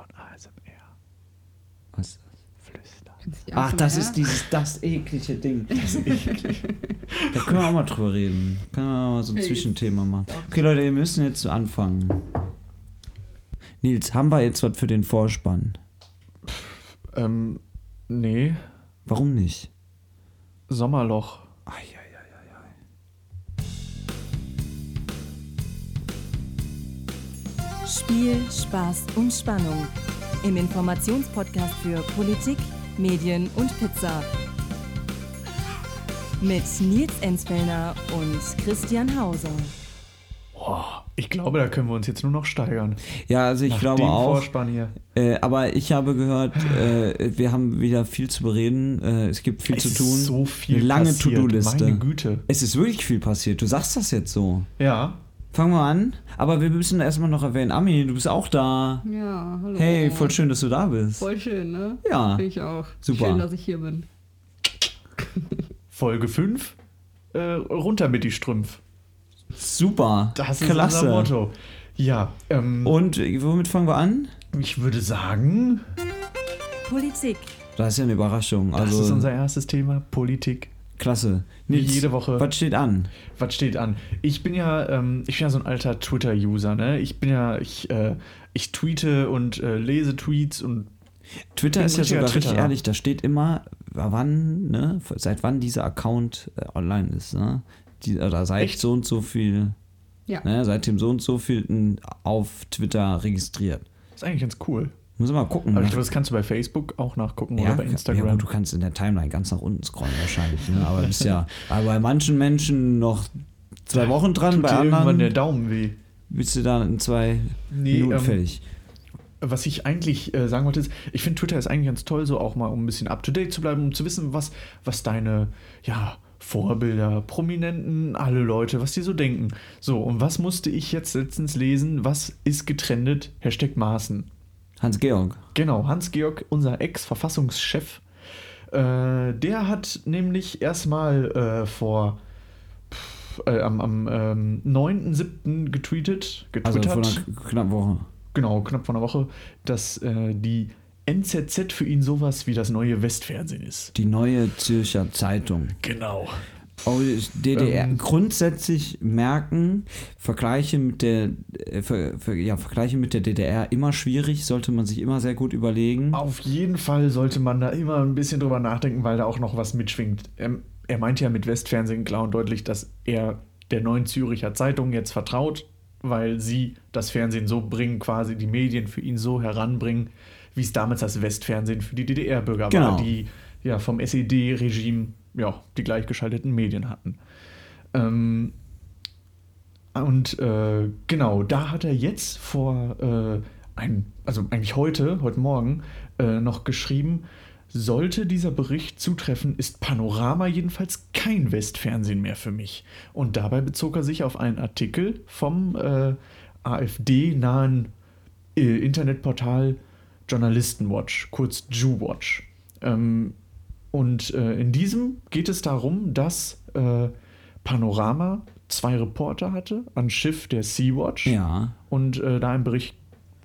ASMR. Was ist das? Flüstern. Ach, das ist dieses, das eklige Ding. Das eklige. da können wir auch mal drüber reden. Können wir mal so ein Ey, Zwischenthema machen. Okay, Leute, wir müssen jetzt anfangen. Nils, haben wir jetzt was für den Vorspann? Ähm, nee. Warum nicht? Sommerloch. Spiel, Spaß und Spannung. Im Informationspodcast für Politik, Medien und Pizza. Mit Nils Enzfellner und Christian Hauser. Ich glaube, da können wir uns jetzt nur noch steigern. Ja, also ich Nach glaube dem auch. Vorspann hier. Äh, aber ich habe gehört, äh, wir haben wieder viel zu bereden. Äh, es gibt viel Es zu ist tun. so viel Eine lange passiert, To-Do-Liste. meine Güte. Es ist wirklich viel passiert. Du sagst das jetzt so. Ja. Fangen wir an. Aber wir müssen erstmal noch erwähnen, Ami, du bist auch da. Ja, hallo. Hey, voll schön, dass du da bist. Voll schön, ne? Ja. Finde ich auch. Super. Schön, dass ich hier bin. Folge 5. Äh, runter mit die Strümpf. Super. Das ist unser Motto. Ja, ähm, Und äh, womit fangen wir an? ich würde sagen, Politik, Das ist ja eine Überraschung. das also ist unser erstes Thema, Politik. klasse. Wie jede Woche. Was steht an? Was steht an? Ich bin ja, ähm, ich bin ja so ein alter Twitter-User, ne? Ich bin ja, ich, äh, ich tweete und äh, lese Tweets und Twitter Bin ist ja richtiger sogar richtig Twitterer. ehrlich, da steht immer, wann, ne, seit wann dieser Account äh, online ist, ne? Die, oder seit Echt? so und so viel, Ja. ne, seit dem so und so vielten auf Twitter registriert. das ist eigentlich ganz cool. Muss ich mal gucken. Aber ich ne? glaube, das kannst du bei Facebook auch nachgucken oder bei Ja, Instagram. gut, du kannst in der Timeline ganz nach unten scrollen wahrscheinlich, ne? Aber bist ja aber bei manchen Menschen noch zwei Wochen dran, Tut bei dir irgendwann der anderen Daumen weh. bist du da in zwei Nee, Minuten ähm, fertig. Was ich eigentlich äh, sagen wollte, ist, ich finde Twitter ist eigentlich ganz toll, so auch mal, um ein bisschen up to date zu bleiben, um zu wissen, was, was deine, ja, Vorbilder, Prominenten, alle Leute, was die so denken. So, und was musste ich jetzt letztens lesen? Was ist getrendet? Hashtag Maßen. Hans-Georg. Genau, Hans-Georg, unser Ex-Verfassungschef, äh, der hat nämlich erstmal äh, vor pff, äh, am, am ähm, 9.7. getweetet, Also getwittert, vor einer k- knappen Woche. genau, knapp vor einer Woche, dass äh, die NZZ für ihn sowas wie das neue Westfernsehen ist. Die neue Zürcher Zeitung. Genau. Oh, DDR. Ähm. Grundsätzlich merken, Vergleiche mit der äh, ver, ver, ja, Vergleiche mit der DDR immer schwierig, sollte man sich immer sehr gut überlegen. Auf jeden Fall sollte man da immer ein bisschen drüber nachdenken, weil da auch noch was mitschwingt. Er, er meint ja mit Westfernsehen klar und deutlich, dass er der neuen Züricher Zeitung jetzt vertraut, weil sie das Fernsehen so bringen, quasi die Medien für ihn so heranbringen, wie es damals das Westfernsehen für die DDR-Bürger Genau. war, die ja vom SED-Regime ja, die gleichgeschalteten Medien hatten. Ähm, und äh, genau, da hat er jetzt vor, äh, ein, also eigentlich heute, heute Morgen, äh, noch geschrieben, sollte dieser Bericht zutreffen, ist Panorama jedenfalls kein Westfernsehen mehr für mich. Und dabei bezog er sich auf einen Artikel vom äh, AfD-nahen äh, Internetportal Journalistenwatch, kurz Jewwatch. Ähm, und äh, in diesem geht es darum, dass äh, Panorama zwei Reporter hatte an Schiff der Sea-Watch Ja. und äh, da einen Bericht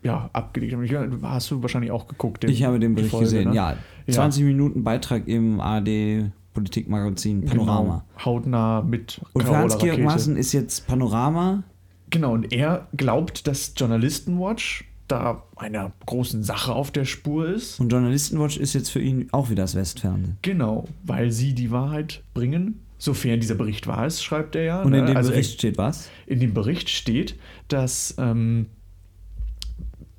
ja, abgelegt haben. Ich, äh, hast du wahrscheinlich auch geguckt. den- Ich habe den die Bericht Folge, gesehen. ne? Ja, 20 Minuten Beitrag im AD Politikmagazin Panorama. Genau, hautnah mit Und für Carola Hans-Georg Rakete. Maaßen ist jetzt Panorama. Genau, und er glaubt, dass Journalistenwatch da einer großen Sache auf der Spur ist. Und Journalistenwatch ist jetzt für ihn auch wieder das Westfernsehen. Genau, weil sie die Wahrheit bringen, sofern dieser Bericht wahr ist, schreibt er ja. Und in ne? dem Also er- Bericht steht was? in dem Bericht steht, dass, ähm,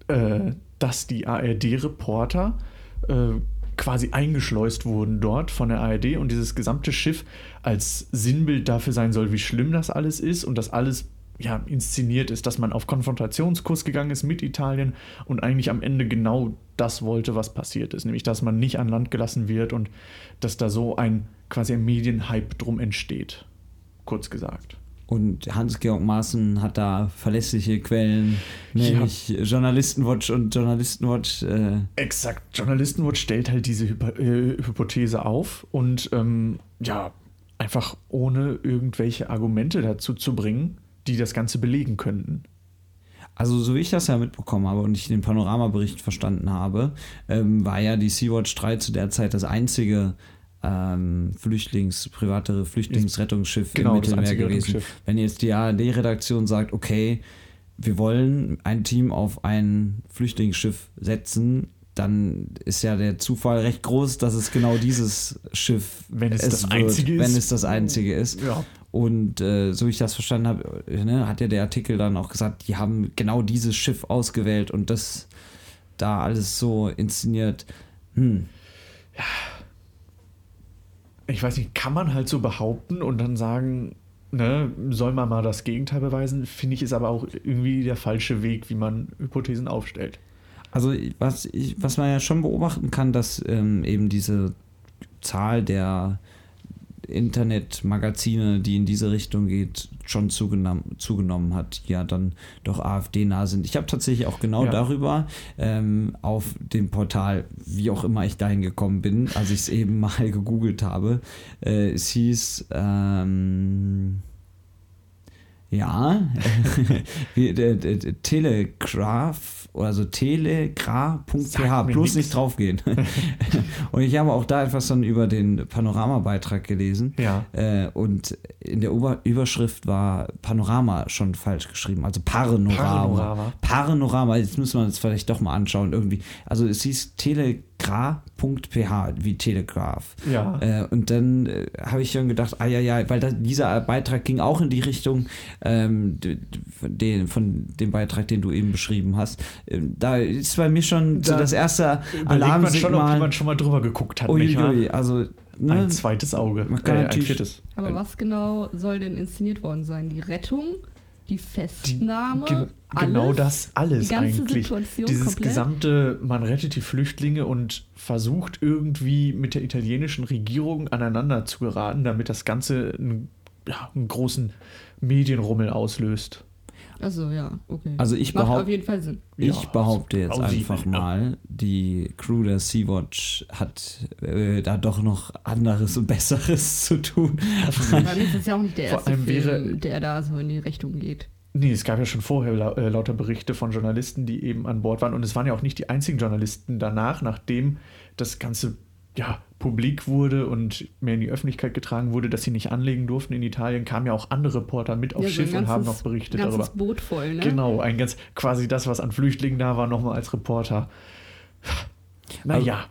äh, dass die ARD-Reporter äh, quasi eingeschleust wurden dort von der ARD und dieses gesamte Schiff als Sinnbild dafür sein soll, wie schlimm das alles ist und dass alles ja, inszeniert ist, dass man auf Konfrontationskurs gegangen ist mit Italien und eigentlich am Ende genau das wollte, was passiert ist, nämlich dass man nicht an Land gelassen wird und dass da so ein quasi ein Medienhype drum entsteht, kurz gesagt. Und Hans-Georg Maaßen hat da verlässliche Quellen, nämlich Journalistenwatch und Journalistenwatch. Äh, Exakt. Journalistenwatch stellt halt diese Hypo äh, Hypothese auf und ähm, ja, einfach ohne irgendwelche Argumente dazu zu bringen, die das Ganze belegen könnten. Also so wie ich das ja mitbekommen habe und ich den Panoramabericht verstanden habe, ähm, war ja die Sea-Watch 3 zu der Zeit das einzige ähm, Flüchtlings, privatere Flüchtlingsrettungsschiff Genau, im das Mittelmeer einzige gewesen. Rettungsschiff. Wenn jetzt die ARD-Redaktion sagt, okay, wir wollen ein Team auf ein Flüchtlingsschiff setzen, dann ist ja der Zufall recht groß, dass es genau dieses Schiff Wenn es das wird, einzige ist. wenn es das einzige ist. Ja. Und äh, so wie ich das verstanden habe, äh, ne, hat ja der Artikel dann auch gesagt, die haben genau dieses Schiff ausgewählt und das da alles so inszeniert. Hm. ich weiß nicht, kann man halt so behaupten und dann sagen, ne, soll man mal das Gegenteil beweisen, finde ich, ist aber auch irgendwie der falsche Weg, wie man Hypothesen aufstellt. Also was, ich, was man ja schon beobachten kann, dass ähm, eben diese Zahl der Internetmagazine, die in diese Richtung geht, schon zugenommen, zugenommen hat, die ja dann doch AfD-nah sind. Ich habe tatsächlich auch genau Ja. darüber ähm, auf dem Portal, wie auch immer ich dahin gekommen bin, als ich es eben mal gegoogelt habe, äh, es hieß, ähm, ja, wie, der- der- der Telegraph, also telegraph.ch, Sagt mir bloß nix. nicht draufgehen. und ich habe auch da etwas dann über den Panorama-Beitrag gelesen. Ja. Äh, und in der Ober Überschrift war Panorama schon falsch geschrieben, also Paranorama. Paranorama. Paranorama, jetzt müssen wir uns vielleicht doch mal anschauen irgendwie. Also es hieß telegraph.ph, wie Telegraph. Ja. Äh, und dann äh, habe ich schon gedacht, ah ja, ja, weil da, dieser Beitrag ging auch in die Richtung ähm, d- d- von den, von dem Beitrag, den du eben beschrieben hast. Ähm, da ist bei mir schon so Da das erste Überlegt man schon, ob Alarmsignal. jemand schon mal drüber geguckt hat, nicht wahr? Uiuiui, also ne, Ein zweites Auge. Man kann äh, ein natürlich- viertes. Aber was genau soll denn inszeniert worden sein? Die Rettung, die Festnahme, Ge- alles? Genau das alles Die ganze eigentlich. Situation Dieses komplett? gesamte, man rettet die Flüchtlinge und versucht irgendwie mit der italienischen Regierung aneinander zu geraten, damit das Ganze einen, ja, einen großen Medienrummel auslöst. Achso, ja, okay. Also ich Macht behaupt- auf jeden Fall Sinn. ich Ja, behaupte jetzt Aussie- einfach mal, die Crew der Sea-Watch hat äh, da doch noch anderes und Besseres zu tun. Dann ist es ja auch nicht der Vor erste allem wäre- Film, der da so in die Richtung geht. Nee, es gab ja schon vorher lau äh, lauter Berichte von Journalisten, die eben an Bord waren. Und es waren ja auch nicht die einzigen Journalisten danach, nachdem das Ganze ja, publik wurde und mehr in die Öffentlichkeit getragen wurde, dass sie nicht anlegen durften in Italien, kamen ja auch andere Reporter mit aufs Ja, so ein Schiff und haben ganzes- noch berichtet ganzes darüber. Boot voll, ne? Genau, ein ganz quasi das, was an Flüchtlingen da war, nochmal als Reporter. Naja.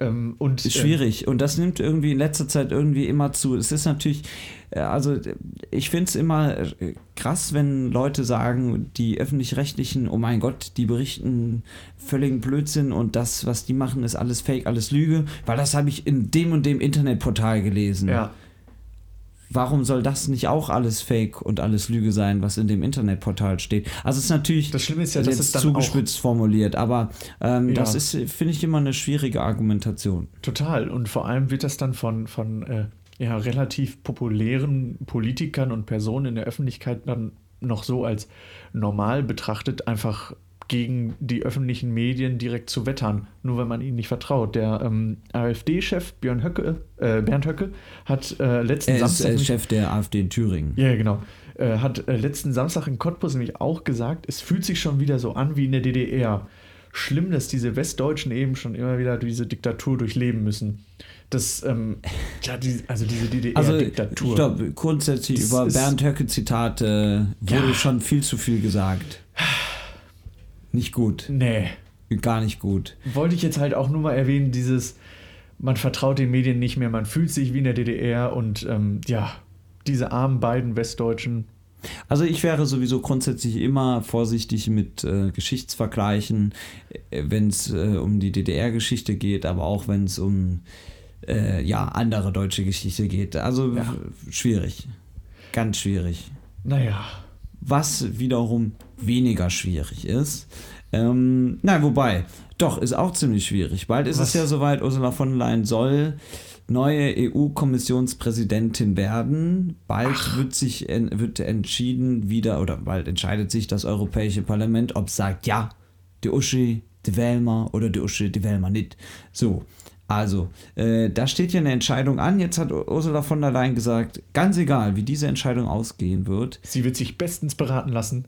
Ähm, und Ist schwierig und das nimmt irgendwie in letzter Zeit irgendwie immer zu. Es ist natürlich, äh, also äh, ich finde es immer äh, krass, wenn Leute sagen, die öffentlich-rechtlichen, oh mein Gott, die berichten völligen Blödsinn und das, was die machen, ist alles Fake, alles Lüge, weil das habe ich in dem und dem Internetportal gelesen. Äh, ja, warum soll das nicht auch alles Fake und alles Lüge sein, was in dem Internetportal steht? Also es ist natürlich Das Schlimme ist ja, dass jetzt es dann zugespitzt formuliert, aber ähm, Ja. das ist, finde ich, immer eine schwierige Argumentation. total. Und vor allem wird das dann von, von äh, ja, relativ populären Politikern und Personen in der Öffentlichkeit dann noch so als normal betrachtet, einfach gegen die öffentlichen Medien direkt zu wettern, nur weil man ihnen nicht vertraut. Der ähm, AfD-Chef Björn Höcke, äh, Bernd Höcke hat äh, letzten Er ist Samstag äh, nämlich- Chef der AfD in Thüringen. Ja, ja, genau. Äh, hat äh, letzten Samstag in Cottbus nämlich auch gesagt, es fühlt sich schon wieder so an wie in der DDR. Schlimm, dass diese Westdeutschen eben schon immer wieder diese Diktatur durchleben müssen. Das, ähm, ja, die, also diese Also, DDR-Diktatur. stopp, grundsätzlich Das über ist- Bernd Höcke Zitate wurde Ja. schon viel zu viel gesagt. Nicht gut, nee. gar nicht gut. Wollte ich jetzt halt auch nur mal erwähnen, dieses, man vertraut den Medien nicht mehr, man fühlt sich wie in der DDR und ähm, ja, diese armen beiden Westdeutschen. Also ich wäre sowieso grundsätzlich immer vorsichtig mit äh, Geschichtsvergleichen, wenn es äh, um die DDR-Geschichte geht, aber auch wenn es um äh, ja, andere deutsche Geschichte geht. Also Ja. schwierig. Ganz schwierig. Naja, Was wiederum weniger schwierig ist. Ähm, nein, wobei, doch, ist auch ziemlich schwierig. Bald ist Was? es ja soweit, Ursula von der Leyen soll neue EU-Kommissionspräsidentin werden. Bald wird sich en wird entschieden wieder, oder bald entscheidet sich das Europäische Parlament, ob es sagt, ja, die Uschi, die Wählmer oder die Uschi, die Wählmer nicht. So. Also, äh, da steht ja eine Entscheidung an. Jetzt hat U- Ursula von der Leyen gesagt, ganz egal, wie diese Entscheidung ausgehen wird, sie wird sich bestens beraten lassen.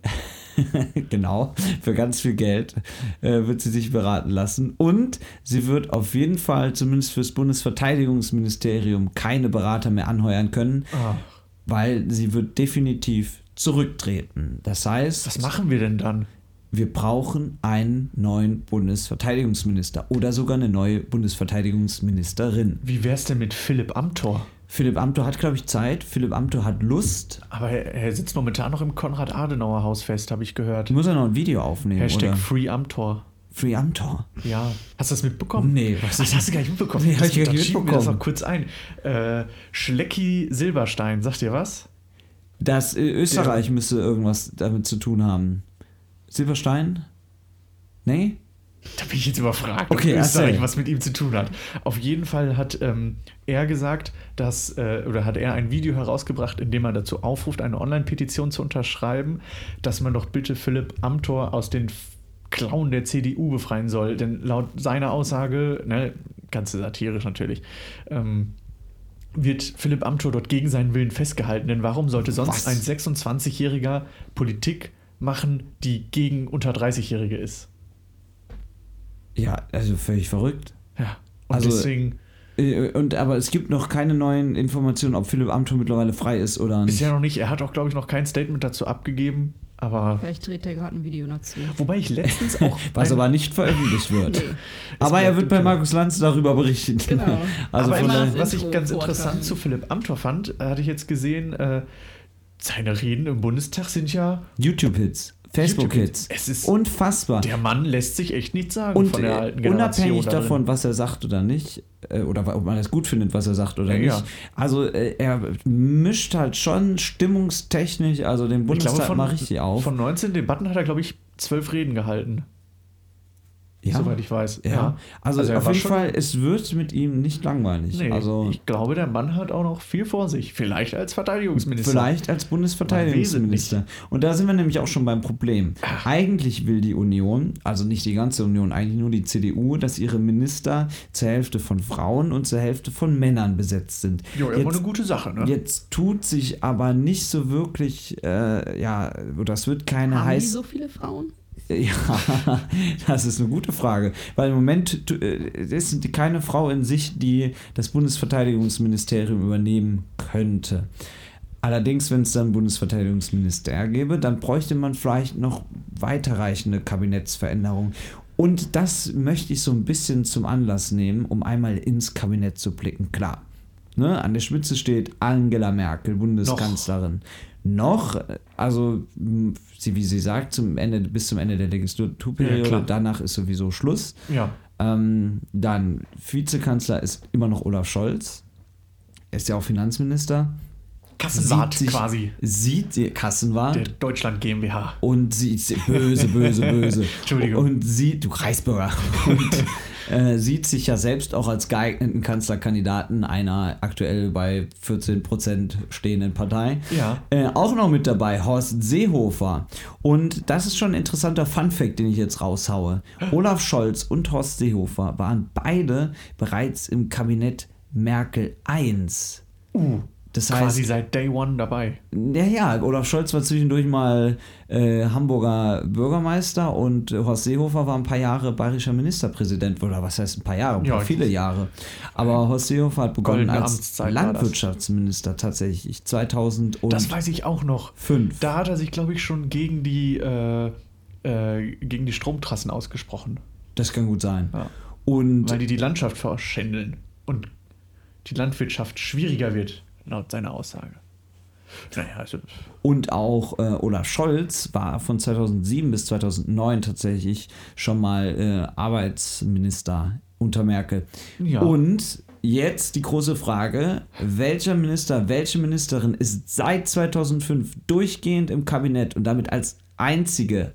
genau, für ganz viel Geld äh, wird sie sich beraten lassen. Und sie wird auf jeden Fall zumindest fürs Bundesverteidigungsministerium keine Berater mehr anheuern können, Ah, weil sie wird definitiv zurücktreten. Das heißt, was machen wir denn dann? wir brauchen einen neuen Bundesverteidigungsminister oder sogar eine neue Bundesverteidigungsministerin. Wie wär's denn mit Philipp Amthor? Philipp Amthor hat, glaube ich, Zeit. Philipp Amthor hat Lust. Aber er, er sitzt momentan noch im Konrad-Adenauer-Haus fest, habe ich gehört. Muss er noch ein Video aufnehmen, Hashtag oder? Free Amthor. Free Amthor. Ja. Hast du das mitbekommen? Nee, was Ach, ist- das hast du gar nicht mitbekommen. Nee, hab Das- ich gar dann nicht schieben wir das mitbekommen. noch kurz ein. Äh, Schlecki Silberstein, sagt ihr was? Das äh, Österreich müsste irgendwas damit zu tun haben. Silberstein? Nee? Da bin ich jetzt überfragt, Okay, ob Österreich erzähl. was mit ihm zu tun hat. Auf jeden Fall hat ähm, er gesagt, dass, äh, oder hat er ein Video herausgebracht, in dem er dazu aufruft, eine Online-Petition zu unterschreiben, dass man doch bitte Philipp Amthor aus den F- Klauen der CDU befreien soll. Denn laut seiner Aussage, ne, ganz satirisch natürlich, ähm, wird Philipp Amthor dort gegen seinen Willen festgehalten. Denn warum sollte sonst Was? ein 26-Jähriger Politik machen, die gegen unter 30-Jährige ist? Ja, also völlig verrückt. Ja. Und Also- deswegen Äh, Und aber es gibt noch keine neuen Informationen, ob Philipp Amthor mittlerweile frei ist oder nicht. bisher noch nicht. Er hat auch, glaube ich, noch kein Statement dazu abgegeben. Aber Vielleicht dreht er gerade ein Video dazu. wobei ich letztens auch. was ein- aber nicht veröffentlicht wird. Nee. aber er bleibt wird im bei Dunkeln. Markus Lanz darüber berichten. Genau. Also aber von immer- daher, was, was ich Intro ganz vortragen. interessant zu Philipp Amthor fand, hatte ich jetzt gesehen, äh, seine Reden im Bundestag sind ja. YouTube-Hits, Facebook-Hits. Es ist- Unfassbar. Der Mann lässt sich echt nichts sagen Und von der alten äh, Generation. unabhängig da drin. davon, was er sagt oder nicht, äh, oder ob man das gut findet, was er sagt oder Ja, nicht. ja. Also äh, er mischt halt schon stimmungstechnisch, also den Ich glaube, Bundestag von, mal richtig auf. von 19 Debatten hat er, glaube ich, zwölf Reden gehalten, ja. soweit ich weiß. ja. Also, er auf war jeden schon- Fall, es wird mit ihm nicht langweilig. Nee, also ich glaube, der Mann hat auch noch viel vor sich. Vielleicht als Verteidigungsminister. Vielleicht als Bundesverteidigungsminister. Und da sind wir nämlich auch schon beim Problem. Eigentlich will die Union, also nicht die ganze Union, eigentlich nur die CDU, dass ihre Minister zur Hälfte von Frauen und zur Hälfte von Männern besetzt sind. Jo, immer eine jetzt, gute Sache, ne? jetzt tut sich aber nicht so wirklich, äh, ja, das wird keine Haben die heiß. so viele Frauen? Ja, das ist eine gute Frage. Weil im Moment tu- äh, ist keine Frau in Sicht, die das Bundesverteidigungsministerium übernehmen könnte. Allerdings, wenn es dann ein Bundesverteidigungsminister gäbe, dann bräuchte man vielleicht noch weiterreichende Kabinettsveränderungen. Und das möchte ich so ein bisschen zum Anlass nehmen, um einmal ins Kabinett zu blicken. Klar, ne, an der Spitze steht Angela Merkel, Bundeskanzlerin. Noch, also mh, sie, wie sie sagt, zum Ende, bis zum Ende der Ja, Legislaturperiode, klar. danach ist sowieso Schluss. Ja. Ähm, dann Vizekanzler ist immer noch Olaf Scholz. Er ist ja auch Finanzminister. Kassenwart sieht sich- quasi. ne? Sieht ihr Der Kassenwart Deutschland GmbH. und sieht sie- böse, böse, böse. Entschuldigung. Und sieht, du Kreisbürger. Und äh, sieht sich ja selbst auch als geeigneten Kanzlerkandidaten einer aktuell bei 14 Prozent stehenden Partei. Ja. Äh, auch noch mit dabei Horst Seehofer. Und das ist schon ein interessanter Funfact, den ich jetzt raushaue. Olaf Scholz und Horst Seehofer waren beide bereits im Kabinett Merkel I. Uh, Das heißt, quasi seit Day One dabei. ja, ja, Olaf Scholz war zwischendurch mal äh, Hamburger Bürgermeister und äh, Horst Seehofer war ein paar Jahre bayerischer Ministerpräsident. Oder was heißt ein paar Jahre? Ein Ja, paar ich- viele Jahre. Aber Horst Seehofer hat begonnen Goldene als Amtszeit war das. Landwirtschaftsminister tatsächlich 2005. Das weiß ich auch noch. Da hat er sich, glaube ich, schon gegen die, äh, äh, gegen die Stromtrassen ausgesprochen. Das kann gut sein. Ja. Und Weil die die Landschaft verschändeln und die Landwirtschaft schwieriger wird, laut seiner Aussage. Naja, also, Und auch äh, Olaf Scholz war von 2007 bis 2009 tatsächlich schon mal äh, Arbeitsminister unter Merkel. Ja. Und jetzt die große Frage, welcher Minister, welche Ministerin ist seit 2005 durchgehend im Kabinett und damit als einzige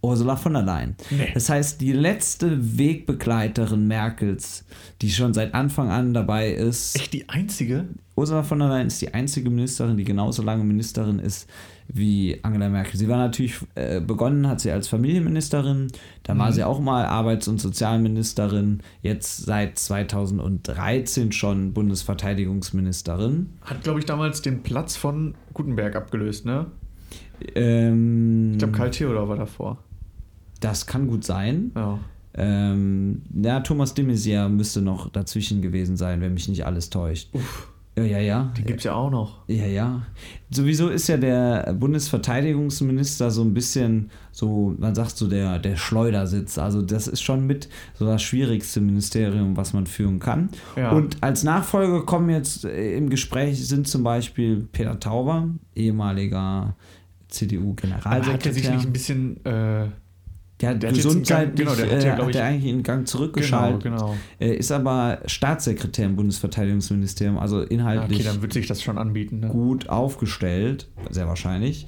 Ursula von der Leyen. Nee. Das heißt, die letzte Wegbegleiterin Merkels, die schon seit Anfang an dabei ist, echt die einzige? Ursula von der Leyen ist die einzige Ministerin, die genauso lange Ministerin ist wie Angela Merkel. Sie war natürlich, äh, begonnen hat sie als Familienministerin, dann war sie auch mal Arbeits- und Sozialministerin, jetzt seit 2013 schon Bundesverteidigungsministerin. Hat, glaube ich, damals den Platz von Gutenberg abgelöst, ne? Ähm, Ich glaube, Karl Theodor war davor. das kann gut sein. Ja. Ähm, ja, Thomas de Maizière müsste noch dazwischen gewesen sein, wenn mich nicht alles täuscht. Ja, ja, ja. Den gibt es ja auch noch. Ja, ja. Sowieso ist ja der Bundesverteidigungsminister so ein bisschen so, man sagt so der, der Schleudersitz. Also das ist schon mit so das schwierigste Ministerium, was man führen kann. Ja. Und als Nachfolger kommen jetzt äh, im Gespräch sind zum Beispiel Peter Tauber, Also ehemaliger hat er sich CDU-Generalsekretär. nicht ein bisschen. Äh, Der hat der hat jetzt einen Gang- gesundheitlich, genau, der hat äh, ja, glaub hat ich- er eigentlich einen Gang genau, zurückgeschaltet, genau. Äh, ist aber Staatssekretär im Bundesverteidigungsministerium, also Ja, inhaltlich okay, dann wird sich das schon anbieten. Ne? gut aufgestellt, sehr wahrscheinlich.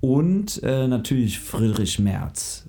Und äh, natürlich Friedrich Merz.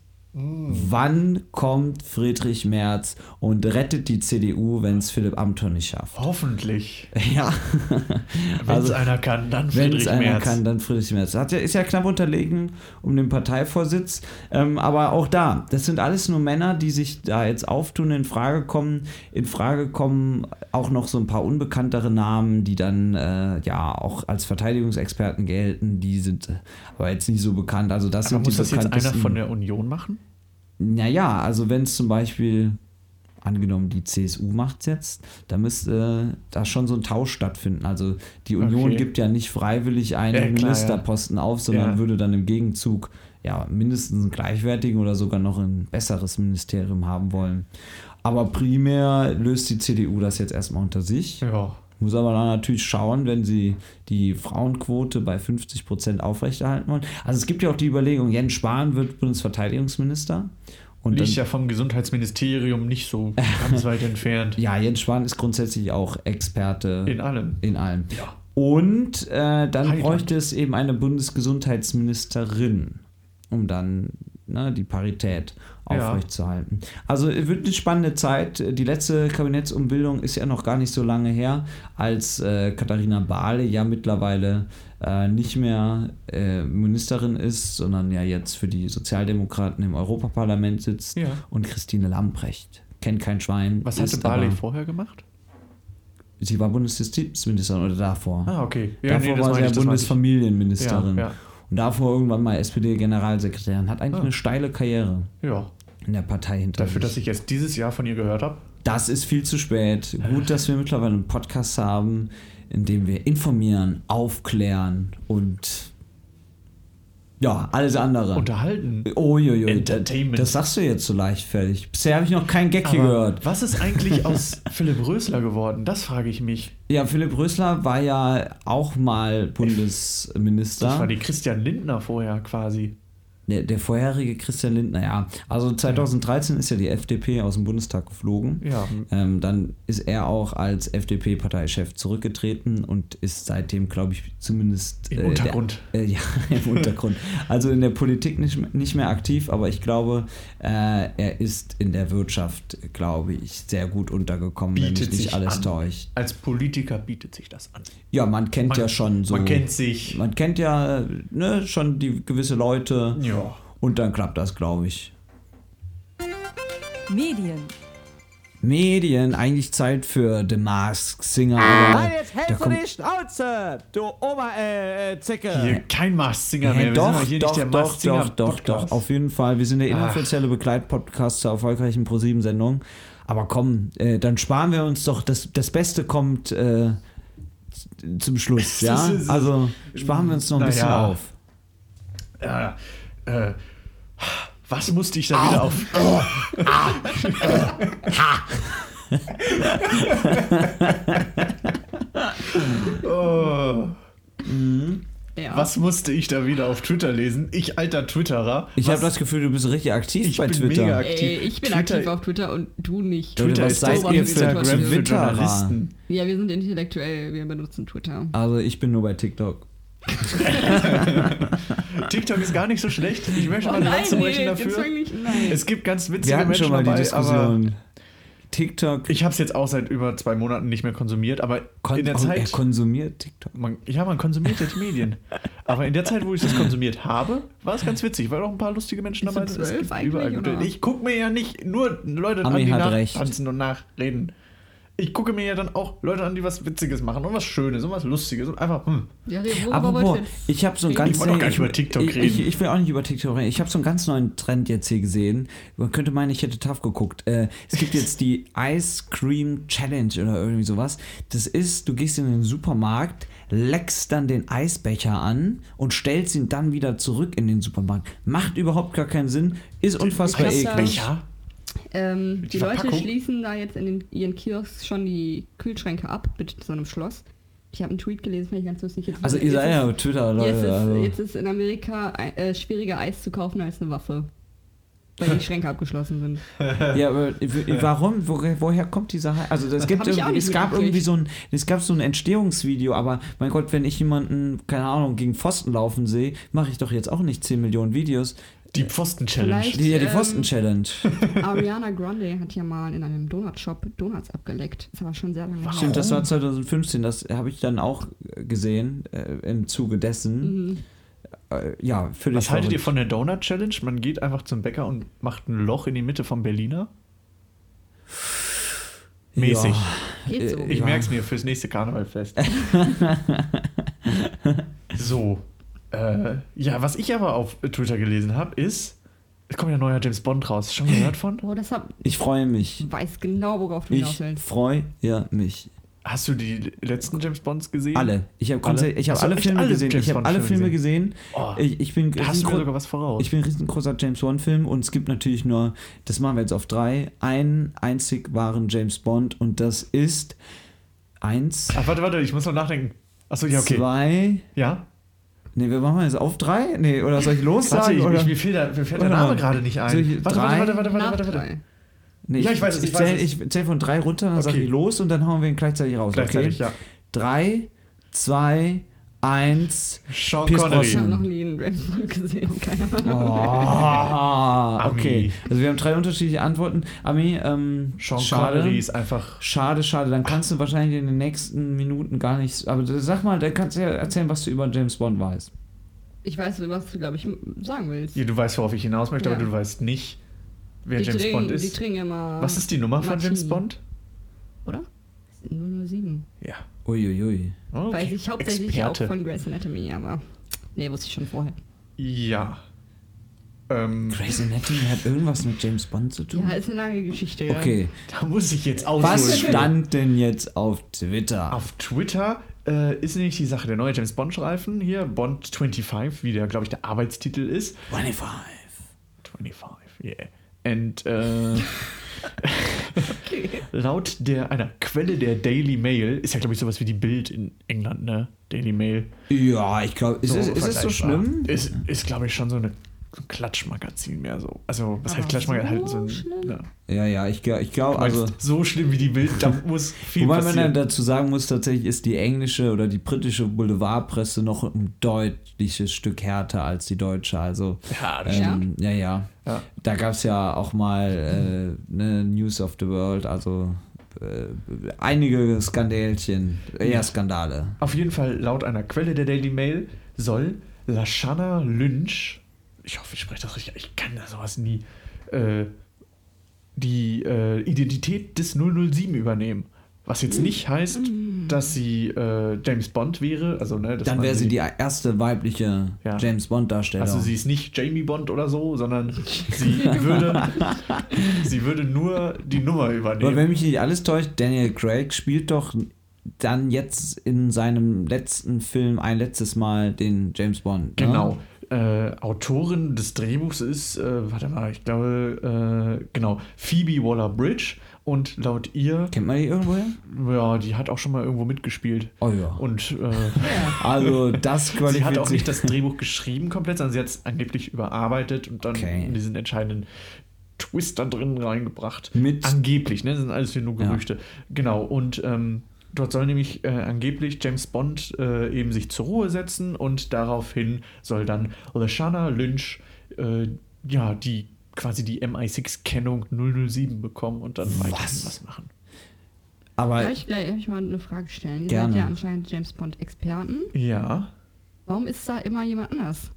Wann kommt Friedrich Merz und rettet die CDU, wenn es Philipp Amthor nicht schafft? Hoffentlich. Ja, Wenn es Also, einer kann, dann wenn Friedrich es einer Merz. kann, dann Friedrich Merz. Hat ja, ist ja knapp unterlegen um den Parteivorsitz. Ähm, aber auch da, das sind alles nur Männer, die sich da jetzt auftun, in Frage kommen. In Frage kommen auch noch so ein paar unbekanntere Namen, die dann äh, ja auch als Verteidigungsexperten gelten. Die sind äh, aber jetzt nicht so bekannt. Also das Aber sind muss die das jetzt einer bekanntesten. von der Union machen? Naja, also wenn es zum Beispiel, angenommen, die CSU macht es jetzt, da müsste äh, da schon so ein Tausch stattfinden. Also die Union Okay. gibt ja nicht freiwillig einen Ja, klar, Ministerposten auf, sondern Ja. würde dann im Gegenzug ja mindestens einen gleichwertigen oder sogar noch ein besseres Ministerium haben wollen. Aber primär löst die CDU das jetzt erstmal unter sich. Ja. Muss aber dann natürlich schauen, wenn sie die Frauenquote bei 50 Prozent aufrechterhalten wollen. Also es gibt ja auch die Überlegung, Jens Spahn wird Bundesverteidigungsminister. Und dann, Liegt ja vom Gesundheitsministerium nicht so ganz weit entfernt. ja, Jens Spahn ist grundsätzlich auch Experte In allem. in allem. Ja. Und äh, dann Heiland. bräuchte es eben eine Bundesgesundheitsministerin, um dann ne, die Parität Ja. aufrechtzuerhalten. Also es wird eine spannende Zeit. Die letzte Kabinettsumbildung ist ja noch gar nicht so lange her, als äh, Katharina Bahle ja mittlerweile äh, nicht mehr äh, Ministerin ist, sondern ja jetzt für die Sozialdemokraten im Europaparlament sitzt Ja. und Christine Lambrecht. Kennt kein Schwein. Was ist hatte Barley aber- vorher gemacht? Sie war Bundesjustizministerin oder davor. Ah, okay. davor war meine sie ja ich, das meine ich. Bundesfamilienministerin. Ja, Und davor irgendwann mal SPD-Generalsekretärin. Hat eigentlich Ah. eine steile Karriere ja. in der Partei hinter Dafür, sich. dass ich jetzt dieses Jahr von ihr gehört habe. Das ist viel zu spät. Gut, dass wir mittlerweile einen Podcast haben, in dem wir informieren, aufklären und ja, alles andere. Unterhalten. Uiuiui, Entertainment. Das sagst du jetzt so leichtfertig. Bisher habe ich noch keinen Gag hier Aber gehört. Was ist eigentlich aus Philipp Rösler geworden? Das frage ich mich. Ja, Philipp Rösler war ja auch mal Bundesminister. Das war die Christian Lindner vorher quasi. Der, der vorherige Christian Lindner, ja. Also 2013 ist ja die FDP aus dem Bundestag geflogen. Ja. Ähm, dann ist er auch als FDP-Parteichef zurückgetreten und ist seitdem, glaube ich, zumindest Im äh, Untergrund. Der, äh, ja, im Untergrund. Also in der Politik nicht, mehr- nicht mehr aktiv, aber ich glaube, äh, er ist in der Wirtschaft, glaube ich, sehr gut untergekommen, wenn Bietet mich nicht sich alles an. täuscht. Als Politiker bietet sich das an. Ja, man kennt ja schon so. Man kennt sich. Man kennt ja ne, schon die gewisse Leute. Ja. Und dann klappt das, glaube ich. Medien. Medien, eigentlich Zeit für The Mask Singer. aber Nein, Ah, jetzt da hältst du kommt- die Schnauze, du Oberzicke. Äh, äh, Zicke. Hier kein Mars-Singer Hey, mehr. Wir sind doch, hier doch, nicht der Ah. doch, doch, Mars-Singer-Podcast. doch, doch, auf jeden Fall. Wir sind der Ach. inoffizielle Begleitpodcast zur erfolgreichen ProSieben-Sendung. Aber komm, äh, dann sparen wir uns doch, das, das Beste kommt äh, z- zum Schluss, ja? Also sparen wir uns noch ein Na bisschen ja. auf. Ja, äh, was musste ich da Ah. wieder auf? oh, Ja. was musste ich da wieder auf Twitter lesen? Ich alter Twitterer. Ich habe Was- das Gefühl, du bist richtig aktiv Ich bei bin Twitter. mega aktiv. Ey, ich bin Twitter- aktiv auf Twitter und du nicht. Twitter Twitter was ist seid das ihr für Instagram für Twitterer? Journalisten. Ja, wir sind intellektuell, wir benutzen Twitter. Also ich bin nur bei TikTok. TikTok ist gar nicht so schlecht. Ich möchte mal eine oh nein, Lanze brechen jetzt dafür. fang nicht- nein. Es gibt ganz Wir witzige hatten Menschen schon mal die dabei, aber Diskussion. TikTok ich habe es jetzt auch seit über zwei Monaten nicht mehr konsumiert. Aber Kon- in der oh, er Zeit, konsumiert TikTok. man, ja, man konsumiert jetzt Medien. Aber in der Zeit, wo ich das konsumiert habe, war es ganz witzig, weil auch ein paar lustige Menschen Ist dabei um sind. Es 12 gibt eigentlich, überall gute. oder? Ich gucke mir ja nicht nur Leute Ami an, die hat recht. nachtanzen und nachreden. ich gucke mir ja dann auch Leute an, die was Witziges machen und was Schönes und was Lustiges und einfach, hm. Ja, Reh, worüber Aber boah, wollt ihr jetzt ich habe so einen reden? ganz Ich wollte auch gar nicht neuen- über TikTok ich, reden. Ich, ich will auch nicht über TikTok reden. Ich habe so einen ganz neuen Trend jetzt hier gesehen. Man könnte meinen, ich hätte TAF geguckt. Äh, es gibt jetzt die Ice Cream Challenge oder irgendwie sowas. Das ist, du gehst in den Supermarkt, leckst dann den Eisbecher an und stellst ihn dann wieder zurück in den Supermarkt. Macht überhaupt gar keinen Sinn, ist unfassbar Eis- eklig. Welcher? Ähm, Die die Leute Verpackung? schließen da jetzt in den, ihren Kiosks schon die Kühlschränke ab mit so einem Schloss. Ich habe einen Tweet gelesen, fand ich ganz lustig. Jetzt Also ist- ihr seid ja jetzt auf Twitter, ist, jetzt, Leute. ist, Also. jetzt ist in Amerika äh, schwieriger Eis zu kaufen als eine Waffe. Weil die Schränke abgeschlossen sind. Ja, aber w- warum? Wo, woher kommt dieser Hype? Also das gibt ich auch irgendwie, nicht es gab mitgekriegt. irgendwie so ein, es gab so ein Entstehungsvideo, aber mein Gott, wenn ich jemanden, keine Ahnung, gegen Pfosten laufen sehe, mache ich doch jetzt auch nicht 10 Millionen Videos. Die Pfosten-Challenge. Vielleicht- Die, ja, die Ähm. Pfosten-Challenge. Ariana Grande hat ja mal in einem Donutshop Donuts abgeleckt. Das war schon sehr lange her. Stimmt, das war 2015, das habe ich dann auch gesehen äh, im Zuge dessen. Mhm. Äh, ja, für Was haltet ihr von der Donut-Challenge? Man geht einfach zum Bäcker und macht ein Loch in die Mitte vom Berliner. Mäßig. Geht so. Ich Ja. merk's mir fürs nächste Karnevalfest. so. Äh, ja, was ich aber auf Twitter gelesen habe, ist, es kommt ja ein neuer James Bond raus. Schon gehört von? Boah, deshalb Ich freue mich. weiß genau, worauf du hinaus Ich willst. freue ja, mich. Hast du die letzten James Bonds gesehen? Alle. Ich habe Alle? alle? hab Hast du alle echt Filme alle gesehen. James Ich habe Bond alle Filme Filme gesehen. Oh. Ich, ich bin Da hast du mir sogar was voraus. Ich bin ein riesengroßer James Bond-Film und es gibt natürlich nur, das machen wir jetzt auf drei, einen einzig wahren James Bond und das ist eins, Ach, Ah, warte, warte, ich muss noch nachdenken. Achso, ja, okay. zwei. Ja? Ne, wir machen jetzt auf drei? Ne, oder soll ich los Warte, sagen? ich, oder? ich, mir fehlt der, mir fällt der Oder- Name gerade nicht Soll ein. ich Warte, drei? warte, warte, warte, Nach warte, warte. drei. Nee, Ja, ich weiß es, Ich ich zähle weiß es. ich zähl von drei runter, dann sage Okay. ich los und dann hauen wir ihn gleichzeitig raus. Gleichzeitig, okay? ja. Drei, zwei, eins. Sean Pierce Ich Connery. Brosnan. habe noch nie einen James Bond gesehen. Keine Ahnung. Ah, Ami. oh, okay. Also wir haben drei unterschiedliche Antworten. Ami, ähm, Sean schade. Connery ist einfach. Schade, schade. Dann kannst du wahrscheinlich in den nächsten Minuten gar nichts. Aber sag mal, dann kannst du ja erzählen, was du über James Bond weißt. Ich weiß, was du, glaube ich, sagen willst. Ja, du weißt, worauf ich hinaus möchte, aber Ja. du weißt nicht, wer die James trinken, Bond Die ist. trinken immer. Was ist die Nummer von Martini. James Bond? Oder? 007. Ja. Uiuiui. Oh, Okay. Weiß ich hauptsächlich Experte. auch von Grey's Anatomy, aber. Nee, wusste ich schon vorher. Ja. Ähm, Grey's Anatomy hat irgendwas mit James Bond zu tun? Ja, ist eine lange Geschichte. ja. Okay. da muss ich jetzt ausholen. Was stand denn jetzt auf Twitter? Auf Twitter äh, ist nämlich die Sache, der neue James Bond-Streifen hier, Bond 25, wie der, glaube ich, der Arbeitstitel ist. 25. 25, yeah. Und äh, laut der, einer Quelle der Daily Mail, ist ja, glaube ich, sowas wie die Bild in England, ne? Daily Mail. Ja, ich glaube, ist, es, ist es so vergleichbar. schlimm? Ist, ist glaube ich, schon so eine so ein Klatschmagazin mehr so. Also, was heißt Aber Klatschmagazin? so halt so ein, schlimm? ja. Ja, ja, ich, glaub- ich glaube, Meinst, also. so schlimm wie die Bild, da muss viel Wobei man passieren. dann dazu sagen muss, tatsächlich ist die englische oder die britische Boulevardpresse noch ein deutliches Stück härter als die deutsche. Also ja, das stimmt. Ähm, ja, ja. Ja. Da gab es ja auch mal äh, ne News of the World, also äh, einige Skandälchen, eher Skandale. Auf jeden Fall, laut einer Quelle der Daily Mail soll Lashana Lynch, ich hoffe, ich spreche das richtig, ich kann da sowas nie, äh, die äh, Identität des 007 übernehmen. Was Hm. jetzt nicht heißt, dass sie äh, James Bond wäre. Also, ne, dass Dann man wäre sie die genau. erste weibliche Ja. James Bond-Darstellerin. Also sie ist nicht Jamie Bond oder so, sondern sie würde, sie würde nur die Nummer Aber übernehmen. wenn mich nicht alles täuscht, Daniel Craig spielt doch dann jetzt in seinem letzten Film ein letztes Mal den James Bond. ne? Genau. Äh, Autorin des Drehbuchs ist, äh, warte mal, ich glaube, äh, genau, Phoebe Waller-Bridge und laut ihr, Kennt man die irgendwoher? ja, die hat auch schon mal irgendwo mitgespielt. Genau. Oh ja. Und äh, Also das sie qualifiziert hat auch sich- nicht das Drehbuch geschrieben komplett, sondern sie hat es angeblich überarbeitet und dann Okay. diesen entscheidenden Twist da drin reingebracht. Mit- angeblich, ne? Das sind alles hier nur Ja. Gerüchte. Genau, und ähm, dort soll nämlich äh, angeblich James Bond äh, eben sich zur Ruhe setzen und daraufhin soll dann Lashana Lynch äh, ja die quasi die MI6-Kennung 007 bekommen und dann weiterhin was machen. Aber Darf ich, darf ich mal eine Frage stellen? Ihr Gerne. seid ja anscheinend James Bond-Experten. Ja. Warum ist da immer jemand anders?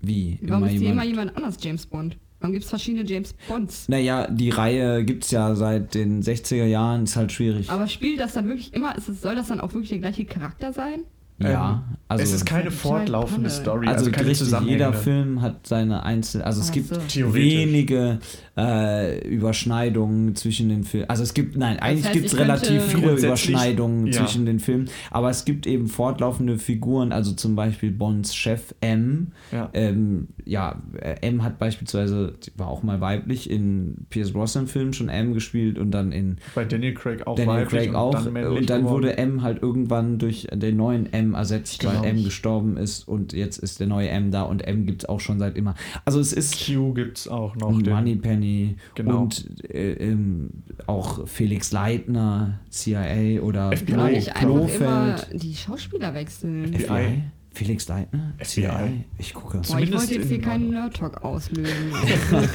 wie? Warum ist hier immer jemand anders James Bond? Warum gibt es verschiedene James Bonds? Naja, die Reihe gibt es ja seit den 60er Jahren, ist halt schwierig. Aber spielt das dann wirklich immer, ist es, soll das dann auch wirklich der gleiche Charakter sein? ja, Ähm, also, es ist keine fortlaufende Panne. Story, also, also, keine richtig, jeder zusammenhängende. Film hat seine einzelnen, also es Ach gibt so. Theoretisch. wenige äh, Überschneidungen zwischen den Filmen. Also es gibt, nein, eigentlich heißt, gibt es ich könnte- relativ viele Grundsätzlich, Überschneidungen ja. zwischen den Filmen, aber es gibt eben fortlaufende Figuren, also zum Beispiel Bonds Chef M. Ja. Ähm, ja, äh, M hat beispielsweise, die war auch mal weiblich, in Pierce Brosnan-Filmen schon M gespielt und dann in Bei Daniel Craig auch Daniel weiblich Craig und auch. dann männlich und dann geworden. wurde M halt irgendwann durch den neuen M ersetzt, Genau. weil M gestorben ist und jetzt ist der neue M da und M gibt es auch schon seit immer. Also es ist Q gibt's auch noch. Oh den- Moneypenny Genau. und äh, ähm, auch Felix Leitner, CIA oder FBI. Kann Oh, man Genau, nicht einfach immer die Schauspieler wechseln? FBI. FBI. Felix Leitner? FBI. Ich gucke. Boah, ich Zumindest wollte jetzt hier in- keinen Nerd-Talk auslösen.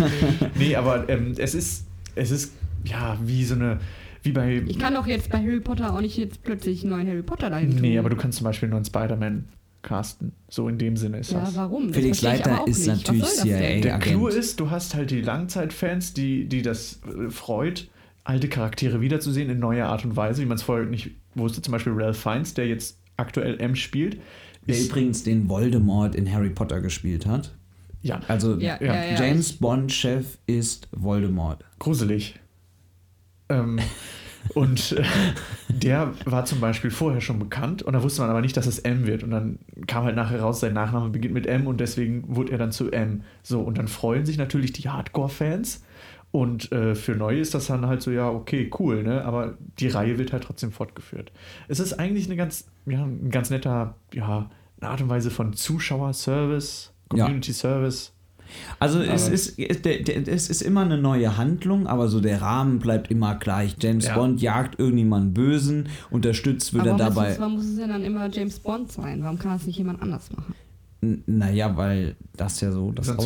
Nee, aber ähm, es ist, es ist, ja, wie so eine, wie bei, ich kann doch jetzt bei Harry Potter auch nicht jetzt plötzlich einen neuen Harry Potter dahin tun. nee, aber du kannst zum Beispiel nur einen Spider-Man casten. So in dem Sinne ist Ja, das. warum? Das Felix verstehe ich Leiter aber auch ist nicht. Was natürlich soll das CIA. denn? Der Clou Agent. ist, du hast halt die Langzeitfans, die, die das äh, freut, alte Charaktere wiederzusehen in neuer Art und Weise, wie man es vorher nicht wusste. Zum Beispiel Ralph Fiennes, der jetzt aktuell M spielt. Der ist- übrigens den Voldemort in Harry Potter gespielt hat. ja, Also Ja, ja, ja, ja, James Bond-Chef ist Voldemort. gruselig. Ähm, und äh, der war zum Beispiel vorher schon bekannt und da wusste man aber nicht, dass es M wird. Und dann kam halt nachher raus, sein Nachname beginnt mit M und deswegen wurde er dann zu M. So, und dann freuen sich natürlich die Hardcore-Fans. Und äh, für Neue ist das dann halt so, ja, okay, cool, ne? Aber die Reihe wird halt trotzdem fortgeführt. Es ist eigentlich eine ganz, ja, ein ganz netter, ja, eine Art und Weise von Zuschauerservice, Ja. Community-Service. Also es Aber- ist, der, der, es ist immer eine neue Handlung, aber so der Rahmen bleibt immer gleich. James Ja. Bond jagt irgendjemanden Bösen, unterstützt wird Aber er warum dabei. Muss es, warum muss es denn dann immer James Bond sein? Warum kann es nicht jemand anders machen? N- Naja, weil das ja so das Sonst-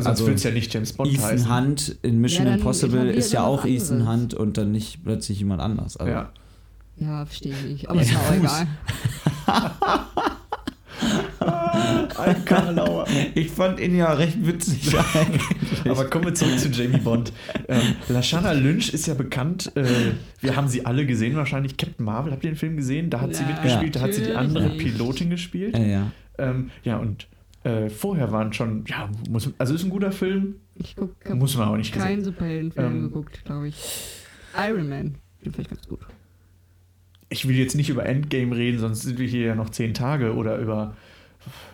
Genau, ist. sonst Also würde es ja nicht James Bond heißen. Ethan Hunt in Mission Ja, dann Impossible etabliert ist ja er was auch Ethan anderes. Hunt und dann nicht plötzlich jemand anders. Also, Ja. Ja, verstehe ich nicht. Aber ist ja auch egal. Ein Karlauer. Ich fand ihn ja recht witzig. Aber kommen wir zurück zu Jamie Bond. Ähm, Lashana Lynch ist ja bekannt, äh, wir haben sie alle gesehen wahrscheinlich. Captain Marvel, habt ihr den Film gesehen? Da hat sie Ja, mitgespielt, da hat sie die natürlich andere nicht. Pilotin gespielt. ja, ja. Ähm, ja, und äh, vorher waren schon, ja, muss, also ist ein guter Film, Ich gucke muss man aber nicht gesehen. keinen Superheldenfilm Ähm. geguckt, glaube ich. Iron Man. Den fand ich ganz gut. Ich will jetzt nicht über Endgame reden, sonst sind wir hier ja noch zehn Tage oder über.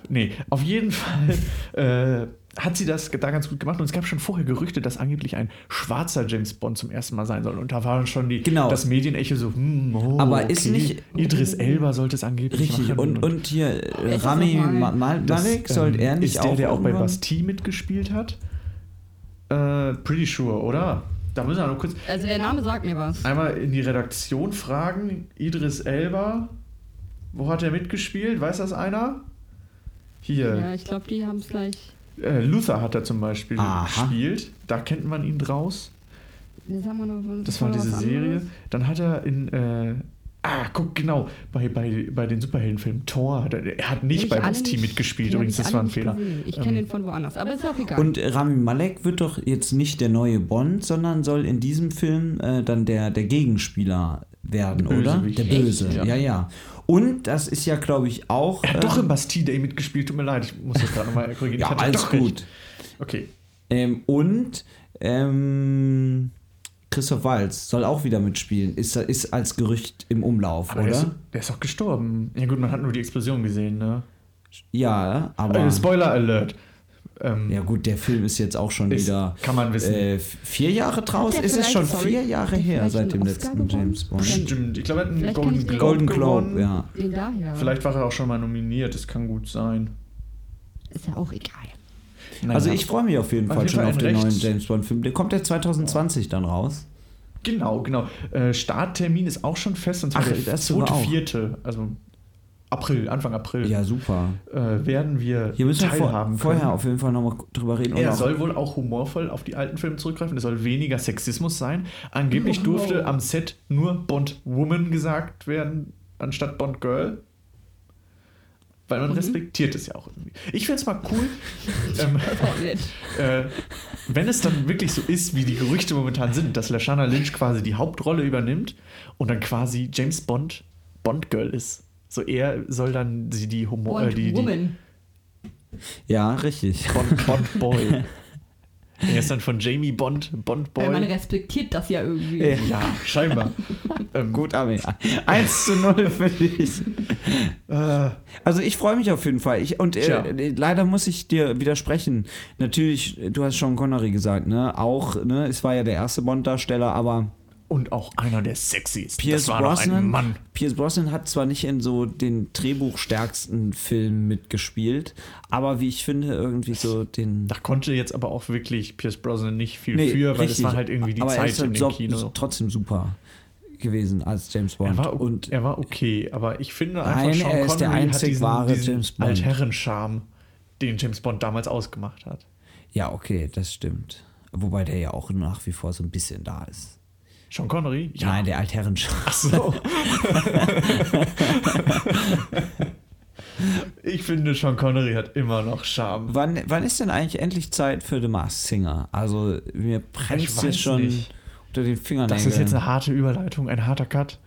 Nee, auf jeden Fall äh, hat sie das da ganz gut gemacht und es gab schon vorher Gerüchte, dass angeblich ein schwarzer James Bond zum ersten Mal sein soll. Und da waren schon die, Genau. das Medienecho so, hm, oh, Aber ist nicht- Idris Elba sollte es angeblich Richtig. machen. Und, und hier äh, Ist das Rami nochmal- Ma- Ma- das, Malek sollte er ähm, nicht Ist der, der auch bei irgendwann- Bastille mitgespielt hat? Äh, pretty sure, oder? Da müssen wir noch kurz Also der Name sagt mir was. einmal in die Redaktion fragen. Idris Elba, wo hat er mitgespielt? Weiß das einer? Ja, Hier, ich glaube, die haben es gleich. äh, Luther hat er zum Beispiel Aha. gespielt. Da kennt man ihn draus. Das, haben wir noch, Das war noch diese was Serie. anderes. Dann hat er in. Äh, ah, guck, genau. Bei, bei, bei den Superheldenfilmen Thor. Hat er, er hat nicht Hab ich bei alle Basti nicht- mitgespielt, die hab übrigens. ich Das alle war ein nicht Fehler. Ähm. gesehen. Ich kenne den von woanders, aber ist auch egal. Und Rami Malek wird doch jetzt nicht der neue Bond, sondern soll in diesem Film äh, dann der, der Gegenspieler werden, Der oder? Bösewicht. Der Böse, Echt? ja. Ja. ja, Und das ist ja, glaube ich, auch. Er äh, hat doch im Bastille Day mitgespielt. Tut mir leid, ich muss das gerade nochmal korrigieren. ja, Ich hatte alles doch recht. gut. Okay. Ähm, und ähm, Christoph Walz soll auch wieder mitspielen. Ist, ist als Gerücht im Umlauf, Aber der ist, oder? der ist doch gestorben. Ja, gut, man hat nur die Explosion gesehen, ne? Ja, aber. Äh, Spoiler Alert. Ähm, Ja, gut, der Film ist jetzt auch schon Ist- wieder. kann man wissen. Äh, f- vier Jahre draus? der Ist es vielleicht- schon sorry, vier Jahre hat der her vielleicht seit dem einen Oscar letzten gewonnen? James Bond? Stimmt. Ich glaube, er hat einen Vielleicht kann Golden ich den- Globe. Golden gewonnen. Globe, ja. den daher. Vielleicht war er auch schon mal nominiert, das kann gut sein. Ist ja auch egal. Naja. Also ich freue mich auf jeden Auf Fall jeden schon Fall auf ein den recht- neuen James Bond Film. Der kommt ja 2020 dann raus. Genau, genau. Äh, Starttermin ist auch schon fest, und zwar Ach, der das sogar auch. vierte, also April, Anfang April, Ja, super. äh, werden wir Hier müssen wir vor, teilhaben vorher können. auf jeden Fall nochmal drüber reden. Er genau. auch- soll wohl auch humorvoll auf die alten Filme zurückgreifen. Es soll weniger Sexismus sein. Angeblich Oh. durfte am Set nur Bond Woman gesagt werden, anstatt Bond Girl. Weil Mhm. man respektiert es ja auch irgendwie. Ich fände es mal cool, ähm, äh, wenn es dann wirklich so ist, wie die Gerüchte momentan sind, dass Lashana Lynch quasi die Hauptrolle übernimmt und dann quasi James Bond Bond Girl ist. So er soll dann sie die Humor. Äh, Bond die, die Woman. Ja, richtig. Bond, Bond Boy. er ist dann von Jamie Bond Bond Weil Äh, man Boy. respektiert das ja irgendwie. Ja, scheinbar. ähm, Gut, Armin. 1 zu 0 für dich. Äh, Also ich freue mich auf jeden Fall. Ich, und Tja. äh, leider muss ich dir widersprechen. Natürlich, du hast schon Connery gesagt, ne? Auch, ne? Es war ja der erste Bond-Darsteller, aber und auch einer der sexiesten. Pierce das war noch Brosnan. ein Mann. Pierce Brosnan hat zwar nicht in so den Drehbuchstärksten Film mitgespielt, aber wie ich finde irgendwie so den. Da konnte jetzt aber auch wirklich Pierce Brosnan nicht viel Nee, für, weil richtig. es war halt irgendwie die aber er Zeit ist halt in dem so, Kino. trotzdem super gewesen als James Bond. Er war, o- und er war okay, aber ich finde einfach, Nein, Sean er ist der Connery hat einzig diesen, wahre diesen James Bond. Altherrenscharme, den James Bond damals ausgemacht hat. ja, okay, das stimmt. Wobei der ja auch nach wie vor so ein bisschen da ist. Sean Connery? Ja. Nein, der Altherrenschach. Ach so. ich finde, Sean Connery hat immer noch Charme. Wann, wann ist denn eigentlich endlich Zeit für The Masked Singer? Also mir Ich brennt weiß hier schon nicht. unter den Fingernägeln. Das ist jetzt eine harte Überleitung, ein harter Cut.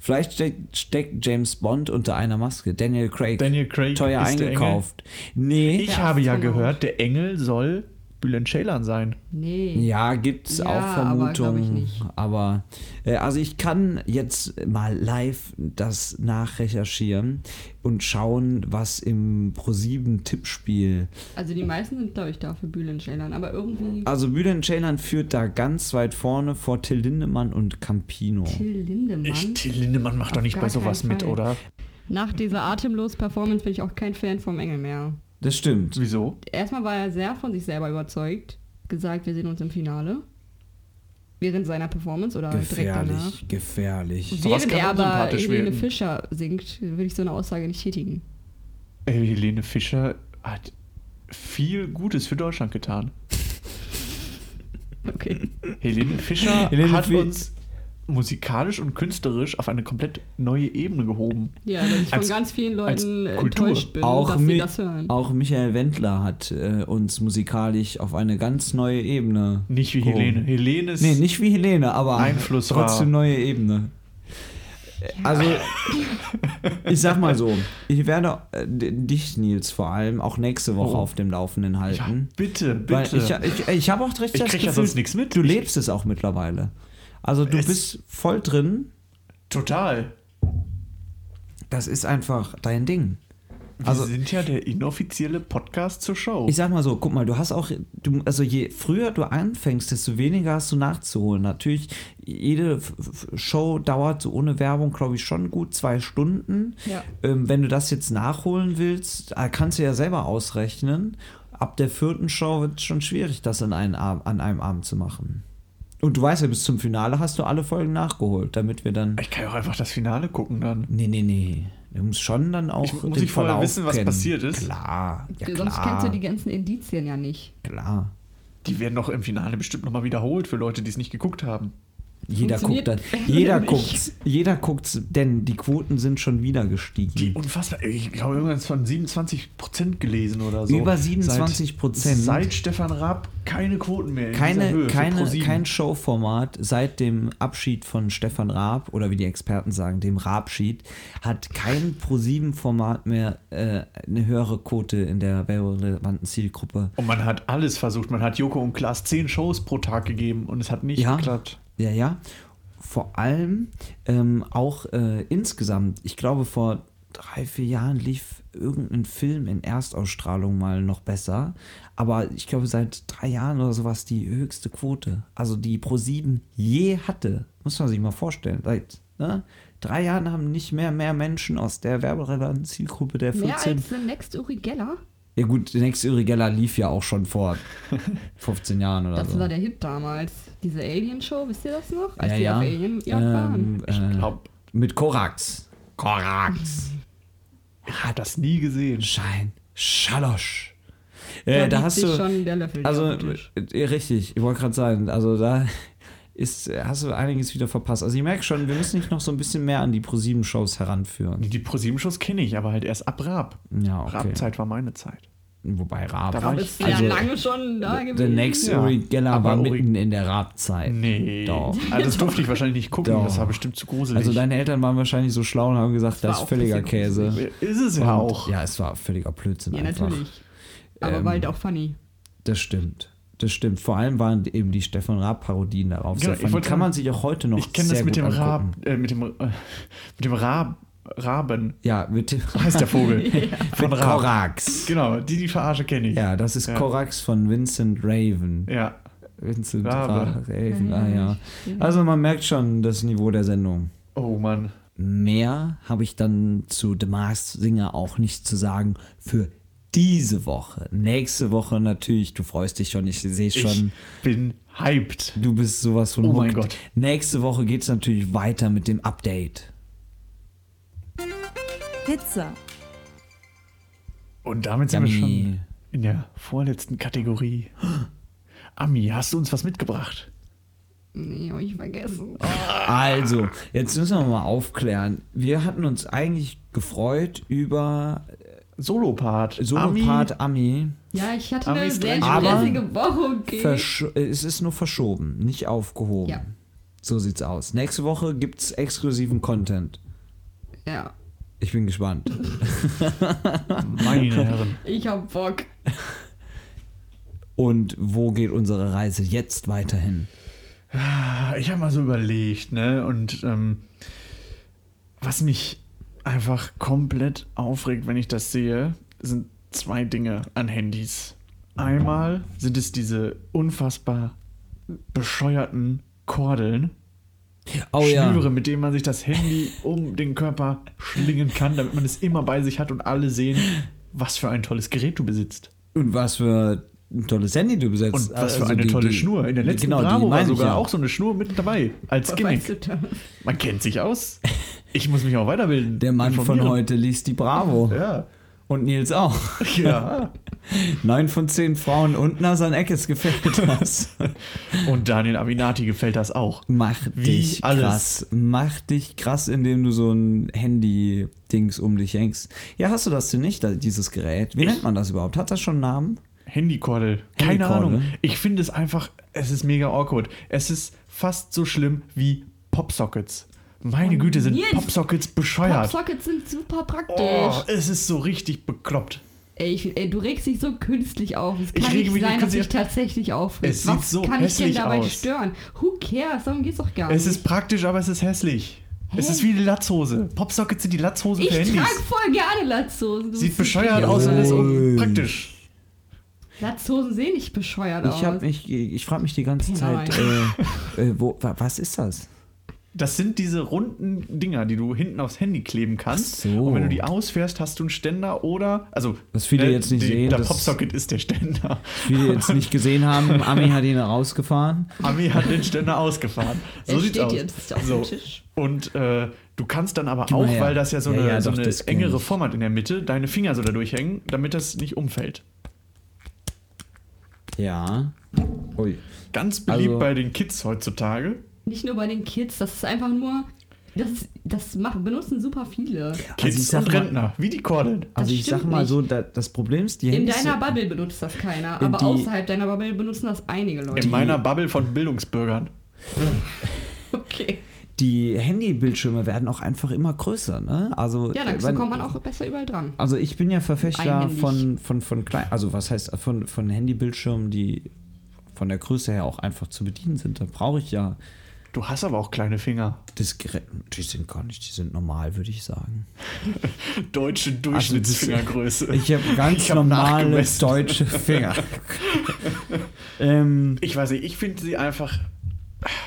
Vielleicht steckt, steckt James Bond unter einer Maske. Daniel Craig. Daniel Craig teuer ist der eingekauft. Nee. Ich Ja, habe ja genau. gehört, der Engel soll Bülent Ceylan sein. Nee. ja, gibt's Ja, auch aber glaub ich Vermutungen. nicht. Aber, äh, also ich kann jetzt mal live das nachrecherchieren und schauen, was im ProSieben Tippspiel. Also die meisten sind, glaube ich, da für Bühlen Schälern, aber irgendwie. Ah. Also Bülent Ceylan führt da ganz weit vorne vor Till Lindemann und Campino. Till Ich, Lindemann. Till Lindemann macht doch nicht gar bei sowas keinen mit, Fall. oder? Nach dieser atemlosen Performance bin ich auch kein Fan vom Engel mehr. Das stimmt. Wieso? Erstmal war er sehr von sich selber überzeugt, gesagt, wir sehen uns im Finale. Während seiner Performance oder direkt danach. Gefährlich, gefährlich. Sowas Während kann er aber unsympathisch Helene wirken. Fischer singt, würde ich so eine Aussage nicht tätigen. Ey, Äh, Helene Fischer hat viel Gutes für Deutschland getan. Okay. Hm. Helene Fischer Helene hat Fi- uns musikalisch und künstlerisch auf eine komplett neue Ebene gehoben. Ja, weil ich Als- von ganz vielen als Leuten äh, Kultur. enttäuscht bin, Auch, dass sie Mi das hören. auch Michael Wendler hat äh, uns musikalisch auf eine ganz neue Ebene. Nicht wie gehoben. Helene. Helene ist Nee, nicht wie Helene, aber Einfluss war- trotzdem neue Ebene. Also, ich sag mal so, ich werde äh, d- dich, Nils, vor allem auch nächste Woche Oh. auf dem Laufenden Ja, halten. bitte, bitte. Weil ich, ich, ich habe auch richtig Ich das krieg ja Gefühl, sonst nichts mit. du Ich- lebst es auch mittlerweile. Also du Es- bist voll drin, Total. das ist einfach dein Ding. Wir Also- sind ja der inoffizielle Podcast zur Show. Ich sag mal so, guck mal, du hast auch, du, also je früher du anfängst, desto weniger hast du nachzuholen. Natürlich, jede F- F- Show dauert so ohne Werbung, glaube ich, schon gut zwei Stunden. Ja. Ähm, wenn du das jetzt nachholen willst, äh, kannst du ja selber ausrechnen. Ab der vierten Show wird es schon schwierig, das an, einen, Ab- an einem Abend zu machen. Und du weißt ja, bis zum Finale hast du alle Folgen nachgeholt, damit wir dann. Ich kann ja auch einfach das Finale gucken dann. Nee, nee, nee. Du musst schon dann auch. Ich- muss den ich vorher Verlauf wissen, was kennen. passiert ist? Klar. Ja, Sonst kennst du klar. die ganzen Indizien ja nicht. Klar. Die werden doch im Finale bestimmt nochmal wiederholt für Leute, die es nicht geguckt haben. Jeder guckt das. Funktioniert Jeder nicht. guckt's. Jeder guckt's, denn die Quoten sind schon wieder Die gestiegen. unfassbar, ich glaube, irgendwann ist von 27% gelesen oder so. Über 27%. Seit, seit Stefan Raab keine Quoten mehr. In dieser Keine, Höhe für keine, ProSieben. kein Showformat seit dem Abschied von Stefan Raab oder wie die Experten sagen, dem Raabschied, hat kein Pro-7-Format mehr äh, eine höhere Quote in der relevanten Zielgruppe. Und man hat alles versucht. Man hat Joko und Klaas zehn Shows pro Tag gegeben und es hat nicht Ja. geklappt. Ja, ja. Vor allem ähm, auch äh, insgesamt, ich glaube, vor drei, vier Jahren lief irgendein Film in Erstausstrahlung mal noch besser. Aber ich glaube, seit drei Jahren oder sowas die höchste Quote. Also die Pro7 je hatte. Muss man sich mal vorstellen. Seit ne? drei Jahren haben nicht mehr mehr Menschen aus der werberelevanten Zielgruppe der Mehr 14. als The Next Uri Geller? Ja, gut, der nächste Urigella lief ja auch schon vor 15 Jahren oder Das so. war der Hit damals. Diese Alien-Show, wisst ihr das noch? Als Also. ja, die ja. auf Alien Jagd ähm, waren. Ich äh, glaube, Mit Korax. Korax. ich habe das nie gesehen. Schein. Schalosch. Da Äh, da biegt hast sich du. schon der Löffel Also, auf den Tisch. äh, richtig, ich wollte gerade sagen, also da. ist, hast du einiges wieder verpasst. Also ich merke schon, wir müssen dich noch so ein bisschen mehr an die ProSieben-Shows heranführen. Die ProSieben-Shows kenne ich, aber halt erst ab Raab. Ja, okay. Raab-Zeit war meine Zeit. Wobei Raab. Da war Aber ich- ist ja also, lange schon da gewesen. The Next Ja. Uri Geller Aber war Uri- mitten in der Raab-Zeit. Nee. Doch. Also das durfte ich wahrscheinlich nicht gucken, Doch. das war bestimmt zu gruselig. Also deine Eltern waren wahrscheinlich so schlau und haben gesagt, war das ist auch völliger ein bisschen Käse. ist es ja auch. Ja, es war völliger Blödsinn Ja, einfach. natürlich. Aber Ähm, war halt auch funny. Das stimmt. Das stimmt. Vor allem waren eben die Stefan Raab-Parodien darauf. Genau, sehr ich funny. wollte Kann man sagen, sich auch heute noch Ich kenne sehr das mit gut dem angucken. Rab, äh, mit dem, äh, mit dem Rab, Raben, Ja, mit dem heißt der Vogel. von Korax. genau, die, die Verarsche kenne ich. Ja, das ist Ja. Korax von Vincent Raven. Ja. Vincent Rabe. Ra Raven, ah ja. Also man merkt schon das Niveau der Sendung. Oh Mann. Mehr habe ich dann zu The Mars Singer auch nicht zu sagen für diese Woche. Nächste Woche natürlich, du freust dich schon, ich sehe Ich schon. bin hyped. Du bist sowas von Oh mein hooked. Gott. Nächste Woche geht es natürlich weiter mit dem Update. Pizza. Und damit sind wir Yummy. schon in der vorletzten Kategorie. Ami, hast du uns was mitgebracht? Nee, hab ich vergessen. Oh. Also, jetzt müssen wir mal aufklären. Wir hatten uns eigentlich gefreut über Solopart. Solopart Ami. Ja, ich hatte Aber eine ist sehr dran. Aber- stressige Woche, okay. Versch äh, es ist nur verschoben, nicht aufgehoben. Ja. So sieht's aus. Nächste Woche gibt's exklusiven Content. ja, Ich bin gespannt. Ami, meine Herren. ich hab Bock. Und wo geht unsere Reise jetzt weiterhin? Ah, Ich habe mal so überlegt, ne? Und ähm, was mich einfach komplett aufregt, wenn ich das sehe, sind zwei Dinge an Handys. Einmal sind es diese unfassbar bescheuerten Kordeln, Oh Schnüre, ja. mit denen man sich das Handy um den Körper schlingen kann, damit man es immer bei sich hat und alle sehen, was für ein tolles Gerät du besitzt. Und was für ein tolles Handy du besetzt. Und was für Also eine die- tolle die- Schnur. In der letzten genau, die Bravo war meine ich sogar ja. auch so eine Schnur mit dabei. Als Was Gimmick. weißt du da? Man kennt sich aus. Ich muss mich auch weiterbilden. Der Mann von Informieren. heute liest die Bravo. Ja. Und Nils auch. ja. Neun von zehn Frauen und Nasan Eckes gefällt das. Und Daniel Aminati gefällt das auch. Mach Wie dich alles. krass. Mach dich krass, indem du so ein Handy-Dings um dich hängst. Ja, hast du das denn nicht, da- dieses Gerät? Wie nennt man das überhaupt? Hat das schon einen Namen? Handykordel. Keine Handykordel. Ahnung. Ich finde es einfach, es ist mega awkward. Es ist fast so schlimm wie Popsockets. Meine Güte, sind Nils! Popsockets bescheuert. Popsockets sind super praktisch. oh, es ist so richtig bekloppt. Ey, ich, ey, du regst dich so künstlich auf. Es Ich kann rege nicht mich nicht sein, dass ich künstlich tatsächlich aufrege. Es sieht Was so kann ich denn hässlich dabei aus. stören? Who cares? Darum geht's doch gar Es nicht. ist praktisch, aber es ist hässlich. Es Hä? ist wie die Latzhose. Popsockets sind die Latzhosen ich für Handys. trage voll gerne Latzhosen. Du Sieht bist bescheuert richtig- aus und ist Jawohl. praktisch. Latzhosen sehen nicht bescheuert aus. Ich hab mich, ich frage mich die ganze Nein. Zeit, äh, äh, wo, wa- was ist das? Das sind diese runden Dinger, die du hinten aufs Handy kleben kannst. Ach so. Und wenn du die ausfährst, hast du einen Ständer oder. Also, Was viele jetzt nicht sehen, Der das- Popsocket ist der Ständer. Wie wir jetzt nicht gesehen haben, Ami hat ihn rausgefahren. Ami hat den Ständer ausgefahren. So er sieht's steht aus. jetzt auf so. dem Tisch. Und äh, du kannst dann aber mal auch, her. weil das ja so Ja, eine, ja, so doch, eine das kenn engere ich. Form hat in der Mitte, deine Finger so da durchhängen, damit das nicht umfällt. Ja. Ui. Ganz beliebt Also- bei den Kids heutzutage. Nicht nur bei den Kids, das ist einfach nur. Das, ist, das machen, benutzen super viele. ich Kids sag und mal- Rentner, wie die Kordeln. Also ich stimmt sag mal nicht. so, da, das Problem ist, die In Handys- deiner Bubble benutzt das keiner, In aber die- außerhalb deiner Bubble benutzen das einige Leute. In meiner Bubble von Bildungsbürgern. Okay. die Handybildschirme werden auch einfach immer größer, ne? Also Ja, dann wenn- kommt man auch besser überall dran. Also ich bin ja Verfechter Einhändig. von, von, von klein, also was heißt von, von Handybildschirmen, die von der Größe her auch einfach zu bedienen sind. Da brauche ich ja Du hast aber auch kleine Finger. das Gerät. Die sind gar nicht, die sind normal, würde ich sagen. Deutsche Also Durchschnittsfingergröße. Ich habe ganz Ich hab normale nachgemessen. deutsche Finger. ähm, Ich weiß nicht, ich finde sie einfach.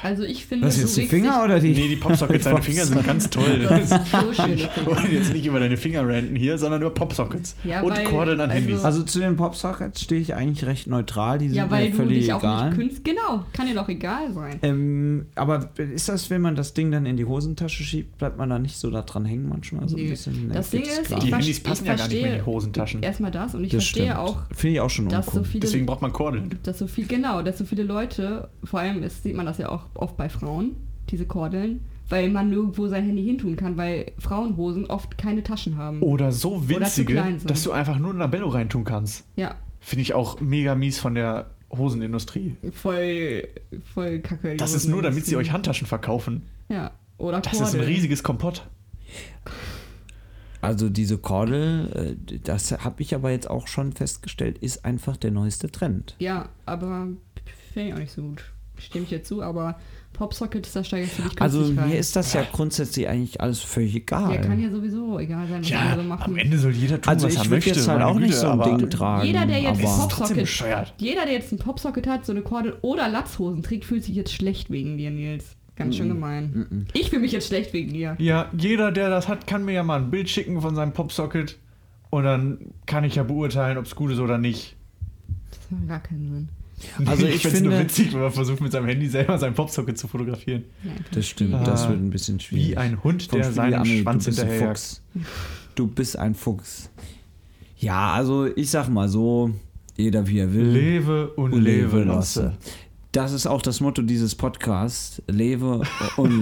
Also ich finde, was du jetzt die regst Finger oder die? Nee, die Popsockets, deine Finger sind ganz toll. dich- Das ist so schön. Wir wollen jetzt nicht über deine Finger ranten hier, sondern über Popsockets. Ja, und weil- Kordeln an also- Handys. Also zu den Popsockets stehe ich eigentlich recht neutral. Die sind Ja, weil mir du völlig dich auch egal. nicht künst. Genau, kann dir doch egal sein. Ähm, aber ist das, wenn man das Ding dann in die Hosentasche schiebt, bleibt man da nicht so da dran hängen manchmal so ein Nee. bisschen? Nee, Das Ding geht's ist, klar. die ich- Handys verste- passen ja gar nicht mehr in die verstehe- Hosentaschen. Erstmal das und ich das verstehe stimmt. auch, Finde ich auch schon dass so uncool. viele Deswegen braucht man Kordeln. dass so viel, genau, dass so viele Leute, vor allem ist, sieht man das ja auch oft bei Frauen, diese Kordeln, weil man nirgendwo sein Handy hintun kann, weil Frauenhosen oft keine Taschen haben. Oder so zu winzige, klein sind. dass du einfach nur ein Labello reintun kannst. Ja, Finde ich auch mega mies von der Hosenindustrie. voll, voll kacke. die Das ist Hosen nur, damit sie euch anzuziehen. Handtaschen verkaufen. Ja, oder Das ist ein Kordeln. riesiges Kompott. Also diese Kordel, äh, das habe ich aber jetzt auch schon festgestellt, ist einfach der neueste Trend. Ja, aber finde ich auch nicht so gut. Stimme ich dir zu, aber Popsocket ist da steigert für dich Also günstig rein. mir ist das ja grundsätzlich eigentlich alles völlig egal. Der kann ja sowieso egal sein, was Ja, andere machen. am Ende soll jeder tun, also was er ich würde möchte. jetzt halt meine auch nicht Güte, so ein aber Ding tragen. Jeder, der jetzt ist aber Pop- trotzdem bescheuert. Popsocket, jeder, der jetzt einen Popsocket hat, so eine Kordel oder Latzhosen trägt, fühlt sich jetzt schlecht wegen dir, Nils. Ganz schön gemein. Ich fühle mich jetzt schlecht wegen dir. Ja, jeder, der das hat, kann mir ja mal ein Bild schicken von seinem Popsocket. Und dann kann ich ja beurteilen, ob es gut ist oder nicht. Das macht gar keinen Sinn. Also ich find's nur finde- witzig, wenn man versucht, mit seinem Handy selber sein Popsocket zu fotografieren. Nein. das stimmt, Ah, das wird ein bisschen schwierig. Wie ein Hund, Vom der Spiegel seinem an, du Schwanz bist ein hinterherjagt. Fuchs. Du bist ein Fuchs. Ja, also ich sag mal so, jeder wie er will. Leve und leve lasse. Das ist auch das Motto dieses Podcasts. Leve und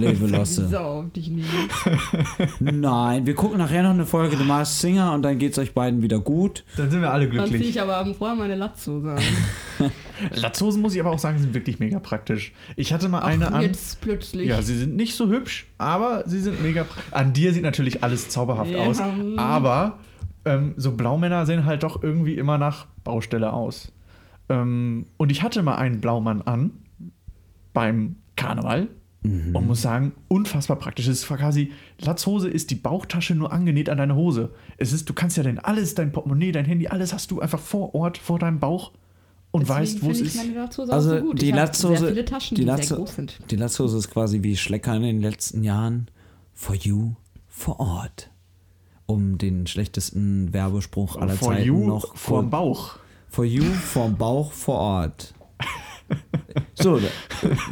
leve So, lasse. auf dich nie. Nein, wir gucken nachher noch eine Folge The Mars Singer und dann geht's euch beiden wieder gut. Dann sind wir alle Dann ziehe glücklich. ich aber am vorher meine Latzhose an. Latzhosen muss ich aber auch sagen, sind wirklich mega praktisch. Ich hatte mal eine an. Jetzt plötzlich. Ja, sie sind nicht so hübsch, aber sie sind mega. pra- An dir sieht natürlich alles zauberhaft Ja. aus, aber ähm, so Blaumänner sehen halt doch irgendwie immer nach Baustelle aus. Ähm, und ich hatte mal einen Blaumann an beim Karneval Mhm. und muss sagen, unfassbar praktisch. Es ist quasi, Latzhose ist die Bauchtasche nur angenäht an deine Hose. Es ist, du kannst ja denn alles, dein Portemonnaie, dein Handy, alles hast du einfach vor Ort, vor deinem Bauch und Deswegen weißt, wo es finde ich ist. Meine Latzhose Also auch so gut. die ich habe Latzhose, Sehr viele Taschen, die, die, sehr Latzo, groß sind. die Latzhose ist quasi wie Schlecker in den letzten Jahren. For you, vor Ort. Um den schlechtesten Werbespruch aller For Zeiten you, noch vorm kurz- Bauch. For you vom Bauch vor Ort. So, da,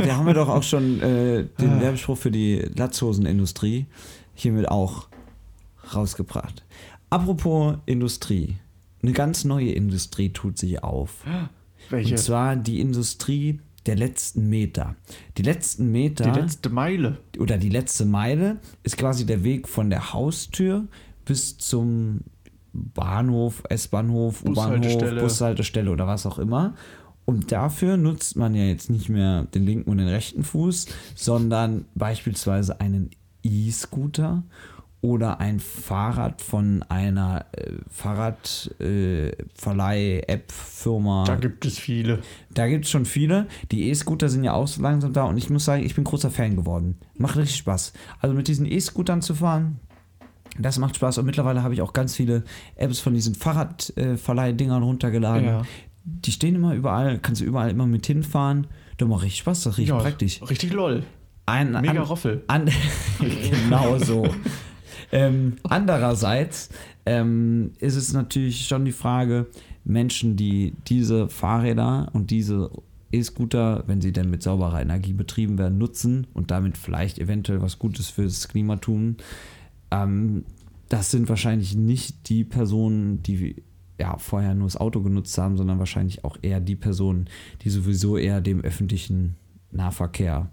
da haben wir doch auch schon äh, den Werbespruch für die Latzhosenindustrie hiermit auch rausgebracht. Apropos Industrie. Eine ganz neue Industrie tut sich auf. Welche? Und zwar die Industrie der letzten Meter. Die letzten Meter Die letzte Meile. oder die letzte Meile ist quasi der Weg von der Haustür bis zum Bahnhof, S-Bahnhof, U-Bahnhof, Bushaltestelle. Bushaltestelle oder was auch immer. Und dafür nutzt man ja jetzt nicht mehr den linken und den rechten Fuß, sondern beispielsweise einen E-Scooter oder ein Fahrrad von einer äh, Fahrradverleih-App-Firma. Da gibt es viele. Da gibt es schon viele. Die E-Scooter sind ja auch so langsam da und ich muss sagen, ich bin großer Fan geworden. Macht richtig Spaß. Also mit diesen E-Scootern zu fahren, das macht Spaß. Und mittlerweile habe ich auch ganz viele Apps von diesen Fahrradverleihdingern runtergeladen. Ja. Die stehen immer überall, kannst du überall immer mit hinfahren. Da macht richtig Spaß, das riecht Ja, praktisch. Richtig lol. Ein, Mega an, Roffel. an, genau so. ähm, andererseits ähm, ist es natürlich schon die Frage, Menschen, die diese Fahrräder und diese E-Scooter, wenn sie denn mit sauberer Energie betrieben werden, nutzen und damit vielleicht eventuell was Gutes fürs Klima tun, ähm, das sind wahrscheinlich nicht die Personen, die ja, vorher nur das Auto genutzt haben, sondern wahrscheinlich auch eher die Personen, die sowieso eher dem öffentlichen Nahverkehr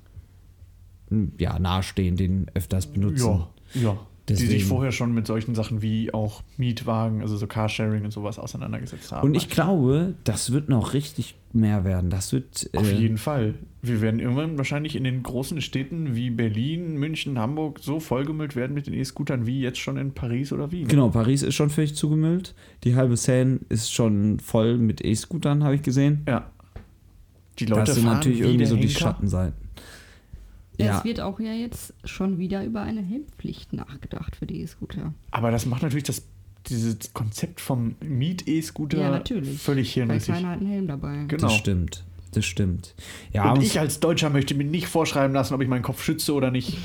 m, ja, nahestehen, den öfters benutzen. Ja, ja. Deswegen. Die sich vorher schon mit solchen Sachen wie auch Mietwagen, also so Carsharing und sowas auseinandergesetzt haben. Und ich glaube, das wird noch richtig mehr werden. Das wird. auf äh, jeden Fall. Wir werden irgendwann wahrscheinlich in den großen Städten wie Berlin, München, Hamburg so vollgemüllt werden mit den E-Scootern wie jetzt schon in Paris oder Wien. Genau, Paris ist schon völlig zugemüllt. Die halbe Seine ist schon voll mit E-Scootern, habe ich gesehen. Ja. Die Leute Das sind fahren natürlich wie irgendwie der so die Henker. Schattenseiten. Es wird auch ja jetzt schon wieder über eine Helmpflicht nachgedacht für die E E-Scooter. Aber das macht natürlich das dieses Konzept vom Miet-E-Scooter Ja, natürlich. völlig Weil hirnrissig. keiner hat einen Helm dabei. Genau. Das stimmt. Das stimmt. Ja, und aber- ich als Deutscher möchte mir nicht vorschreiben lassen, ob ich meinen Kopf schütze oder nicht.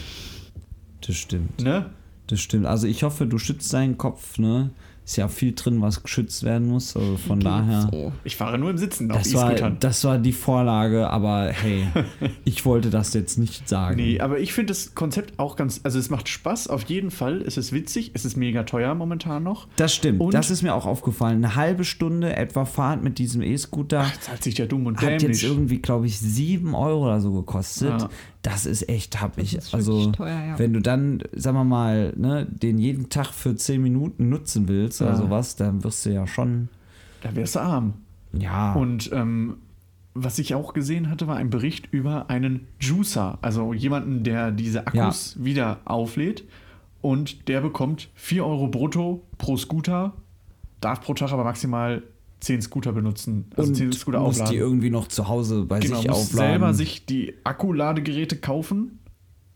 das stimmt. Ne? Das stimmt. Also ich hoffe, du schützt deinen Kopf, ne? Ist ja auch viel drin, was geschützt werden muss. Also von daher. So. Oh, Ich fahre nur im Sitzen auf Das war, E-Scootern. das war die Vorlage, aber hey, ich wollte das jetzt nicht sagen. Nee, aber ich finde das Konzept auch ganz. Also, es macht Spaß auf jeden Fall. Es ist witzig. Es ist mega teuer momentan noch. Das stimmt, Und- das ist mir auch aufgefallen. Eine halbe Stunde etwa Fahrt mit diesem E-Scooter Zahlt sich der dumm und hat jetzt dämlich. irgendwie, glaube ich, sieben Euro oder so gekostet. Ja. Das ist echt happig. ist also, wirklich teuer, ja. wenn du dann, sagen wir mal, ne, den jeden Tag für zehn Minuten nutzen willst Ja. oder sowas, dann wirst du ja schon, Da wärst du arm. ja, Und ähm, was ich auch gesehen hatte, war ein Bericht über einen Juicer, also jemanden, der diese Akkus wieder auflädt. Und der bekommt 4 Euro brutto pro Scooter, darf pro Tag aber maximal 10 Scooter benutzen. Also 10 und Scooter musst aufladen. die irgendwie noch zu Hause bei genau, sich muss aufladen. selber sich die Akkuladegeräte kaufen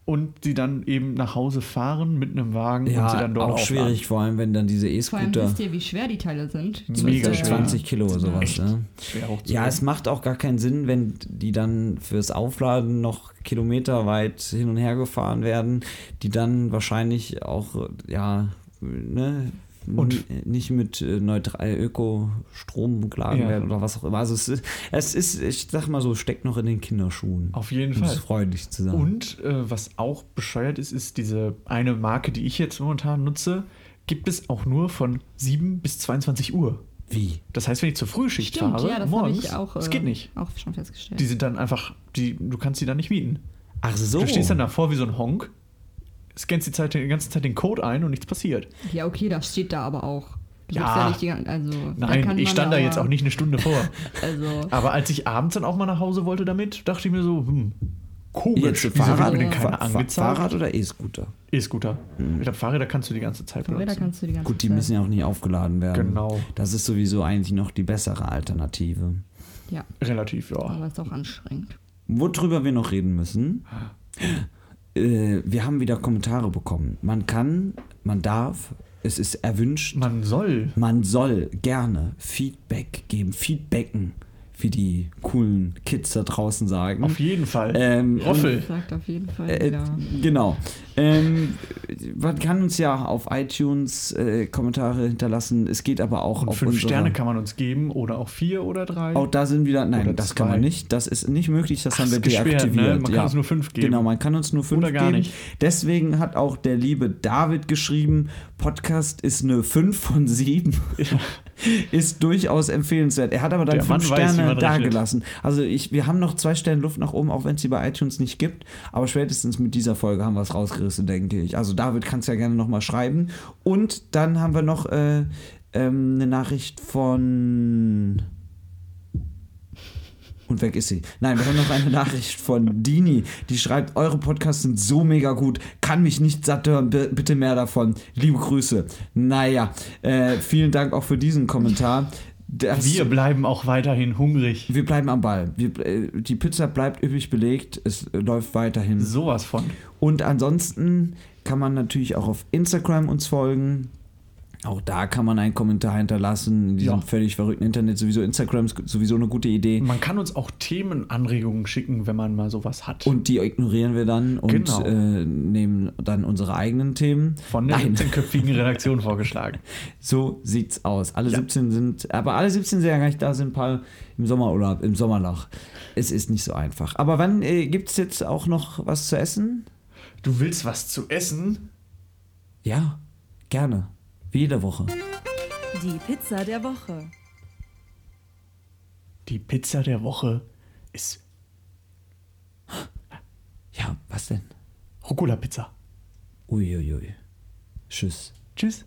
und sie dann eben nach Hause fahren mit einem Wagen und sie ja, dann auch dort aufladen. schwierig, vor allem, wenn dann diese Vor allem E-Scooter wisst ihr, wie schwer die Teile sind. Mega Das ist, äh, schwer. 20 Kilo oder sowas, Echt. ne? Schwer Ja, hochzukommen. es macht auch gar keinen Sinn, wenn die dann fürs Aufladen noch kilometerweit hin und her gefahren werden, die dann wahrscheinlich auch, ja, ne, Und- n- nicht mit äh, neutral Ökostrom geladen Ja. werden oder was auch immer. Also es ist, es ist, ich sag mal so, steckt noch in den Kinderschuhen. auf jeden um es Fall. freundlich zu sagen. Und äh, was auch bescheuert ist, ist diese eine Marke, die ich jetzt momentan nutze, gibt es auch nur von 7 bis 22 Uhr. Wie? Das heißt, wenn ich zur Frühschicht Stimmt, fahre, ja, das habe morgens, ich auch, das äh, geht nicht. auch schon festgestellt. Die sind dann einfach, die, du kannst die dann nicht mieten. Ach so. Du stehst dann davor wie so ein Honk, scannst die, Zeit, die ganze Zeit den Code ein und nichts passiert. ja, okay, das steht da aber auch. Du Ja. wirst ja nicht die ganze, also, da Nein, kann ich man stand da aber- jetzt auch nicht eine Stunde vor. Also, Aber als ich abends dann auch mal nach Hause wollte damit, dachte ich mir so, hm, komisch, Jetzt wieso wird Fahrrad, mir denn Fa- keiner Fa- angezeigt? Fahrrad oder E-Scooter? E-Scooter. Ich glaube, Fahrräder kannst du die ganze Zeit Hm. Fahrräder benutzen. kannst du die ganze Gut, die Zeit- müssen ja auch nicht aufgeladen werden. Genau. Das ist sowieso eigentlich noch die bessere Alternative. Ja, Relativ, ja. aber ist auch anstrengend. Worüber wir noch reden müssen, äh, wir haben wieder Kommentare bekommen. Man kann, man darf, es ist erwünscht, Man soll man soll gerne Feedback geben, Feedbacken, wie die coolen Kids da draußen sagen. Auf jeden Fall. Ähm, Roffel. Das sagt auf jeden Fall Äh, jeder. Genau. Ähm, man kann uns ja auf iTunes äh, Kommentare hinterlassen. Es geht aber auch Und auf fünf unsere, Sterne kann man uns geben oder auch vier oder drei. Auch Oh, da sind wieder, nein, Oder das kann man zwei. nicht. Das ist nicht möglich. Das Ach, haben wir ist gesperrt, deaktiviert. ne? Man kann uns nur fünf geben. Genau, man kann uns nur fünf Oder gar geben. nicht. Deswegen hat auch der liebe David geschrieben, Podcast ist eine 5 von 7. ist durchaus empfehlenswert. Er hat aber dann Der fünf Mann weiß, wie Sterne man rechnet. dagelassen. Also ich, wir haben noch zwei Sterne Luft nach oben, auch wenn es sie bei iTunes nicht gibt. Aber spätestens mit dieser Folge haben wir es rausgerissen, denke ich. Also David kannst ja gerne nochmal schreiben. Und dann haben wir noch äh, ähm, eine Nachricht von... Und weg ist sie. Nein, wir haben noch eine Nachricht von Dini, die schreibt, eure Podcasts sind so mega gut, kann mich nicht satt hören, b- bitte mehr davon. Liebe Grüße. Naja, äh, vielen Dank auch für diesen Kommentar. Das- wir bleiben auch weiterhin hungrig. wir bleiben am Ball. Wir, äh, die Pizza bleibt üppig belegt, es äh, läuft weiterhin. Sowas von. Und ansonsten kann man natürlich auch auf Instagram uns folgen. Auch da kann man einen Kommentar hinterlassen. In diesem Ja. völlig verrückten Internet sowieso Instagram ist sowieso eine gute Idee. Man kann uns auch Themenanregungen schicken, wenn man mal sowas hat. Und die ignorieren wir dann und Genau. äh, nehmen dann unsere eigenen Themen. von der Nein, 17-köpfigen Redaktion vorgeschlagen. so sieht's aus. Alle Ja. 17 sind, aber alle 17 sind ja gar nicht da, sind ein paar im Sommerurlaub, im Sommerloch. Es ist nicht so einfach. Aber wann äh, gibt's jetzt auch noch was zu essen? Du willst was zu essen? Ja, gerne. Wie jede Woche. Die Pizza der Woche. Die Pizza der Woche ist Ja, was denn? Rucola-Pizza. Uiuiui. Tschüss. Tschüss.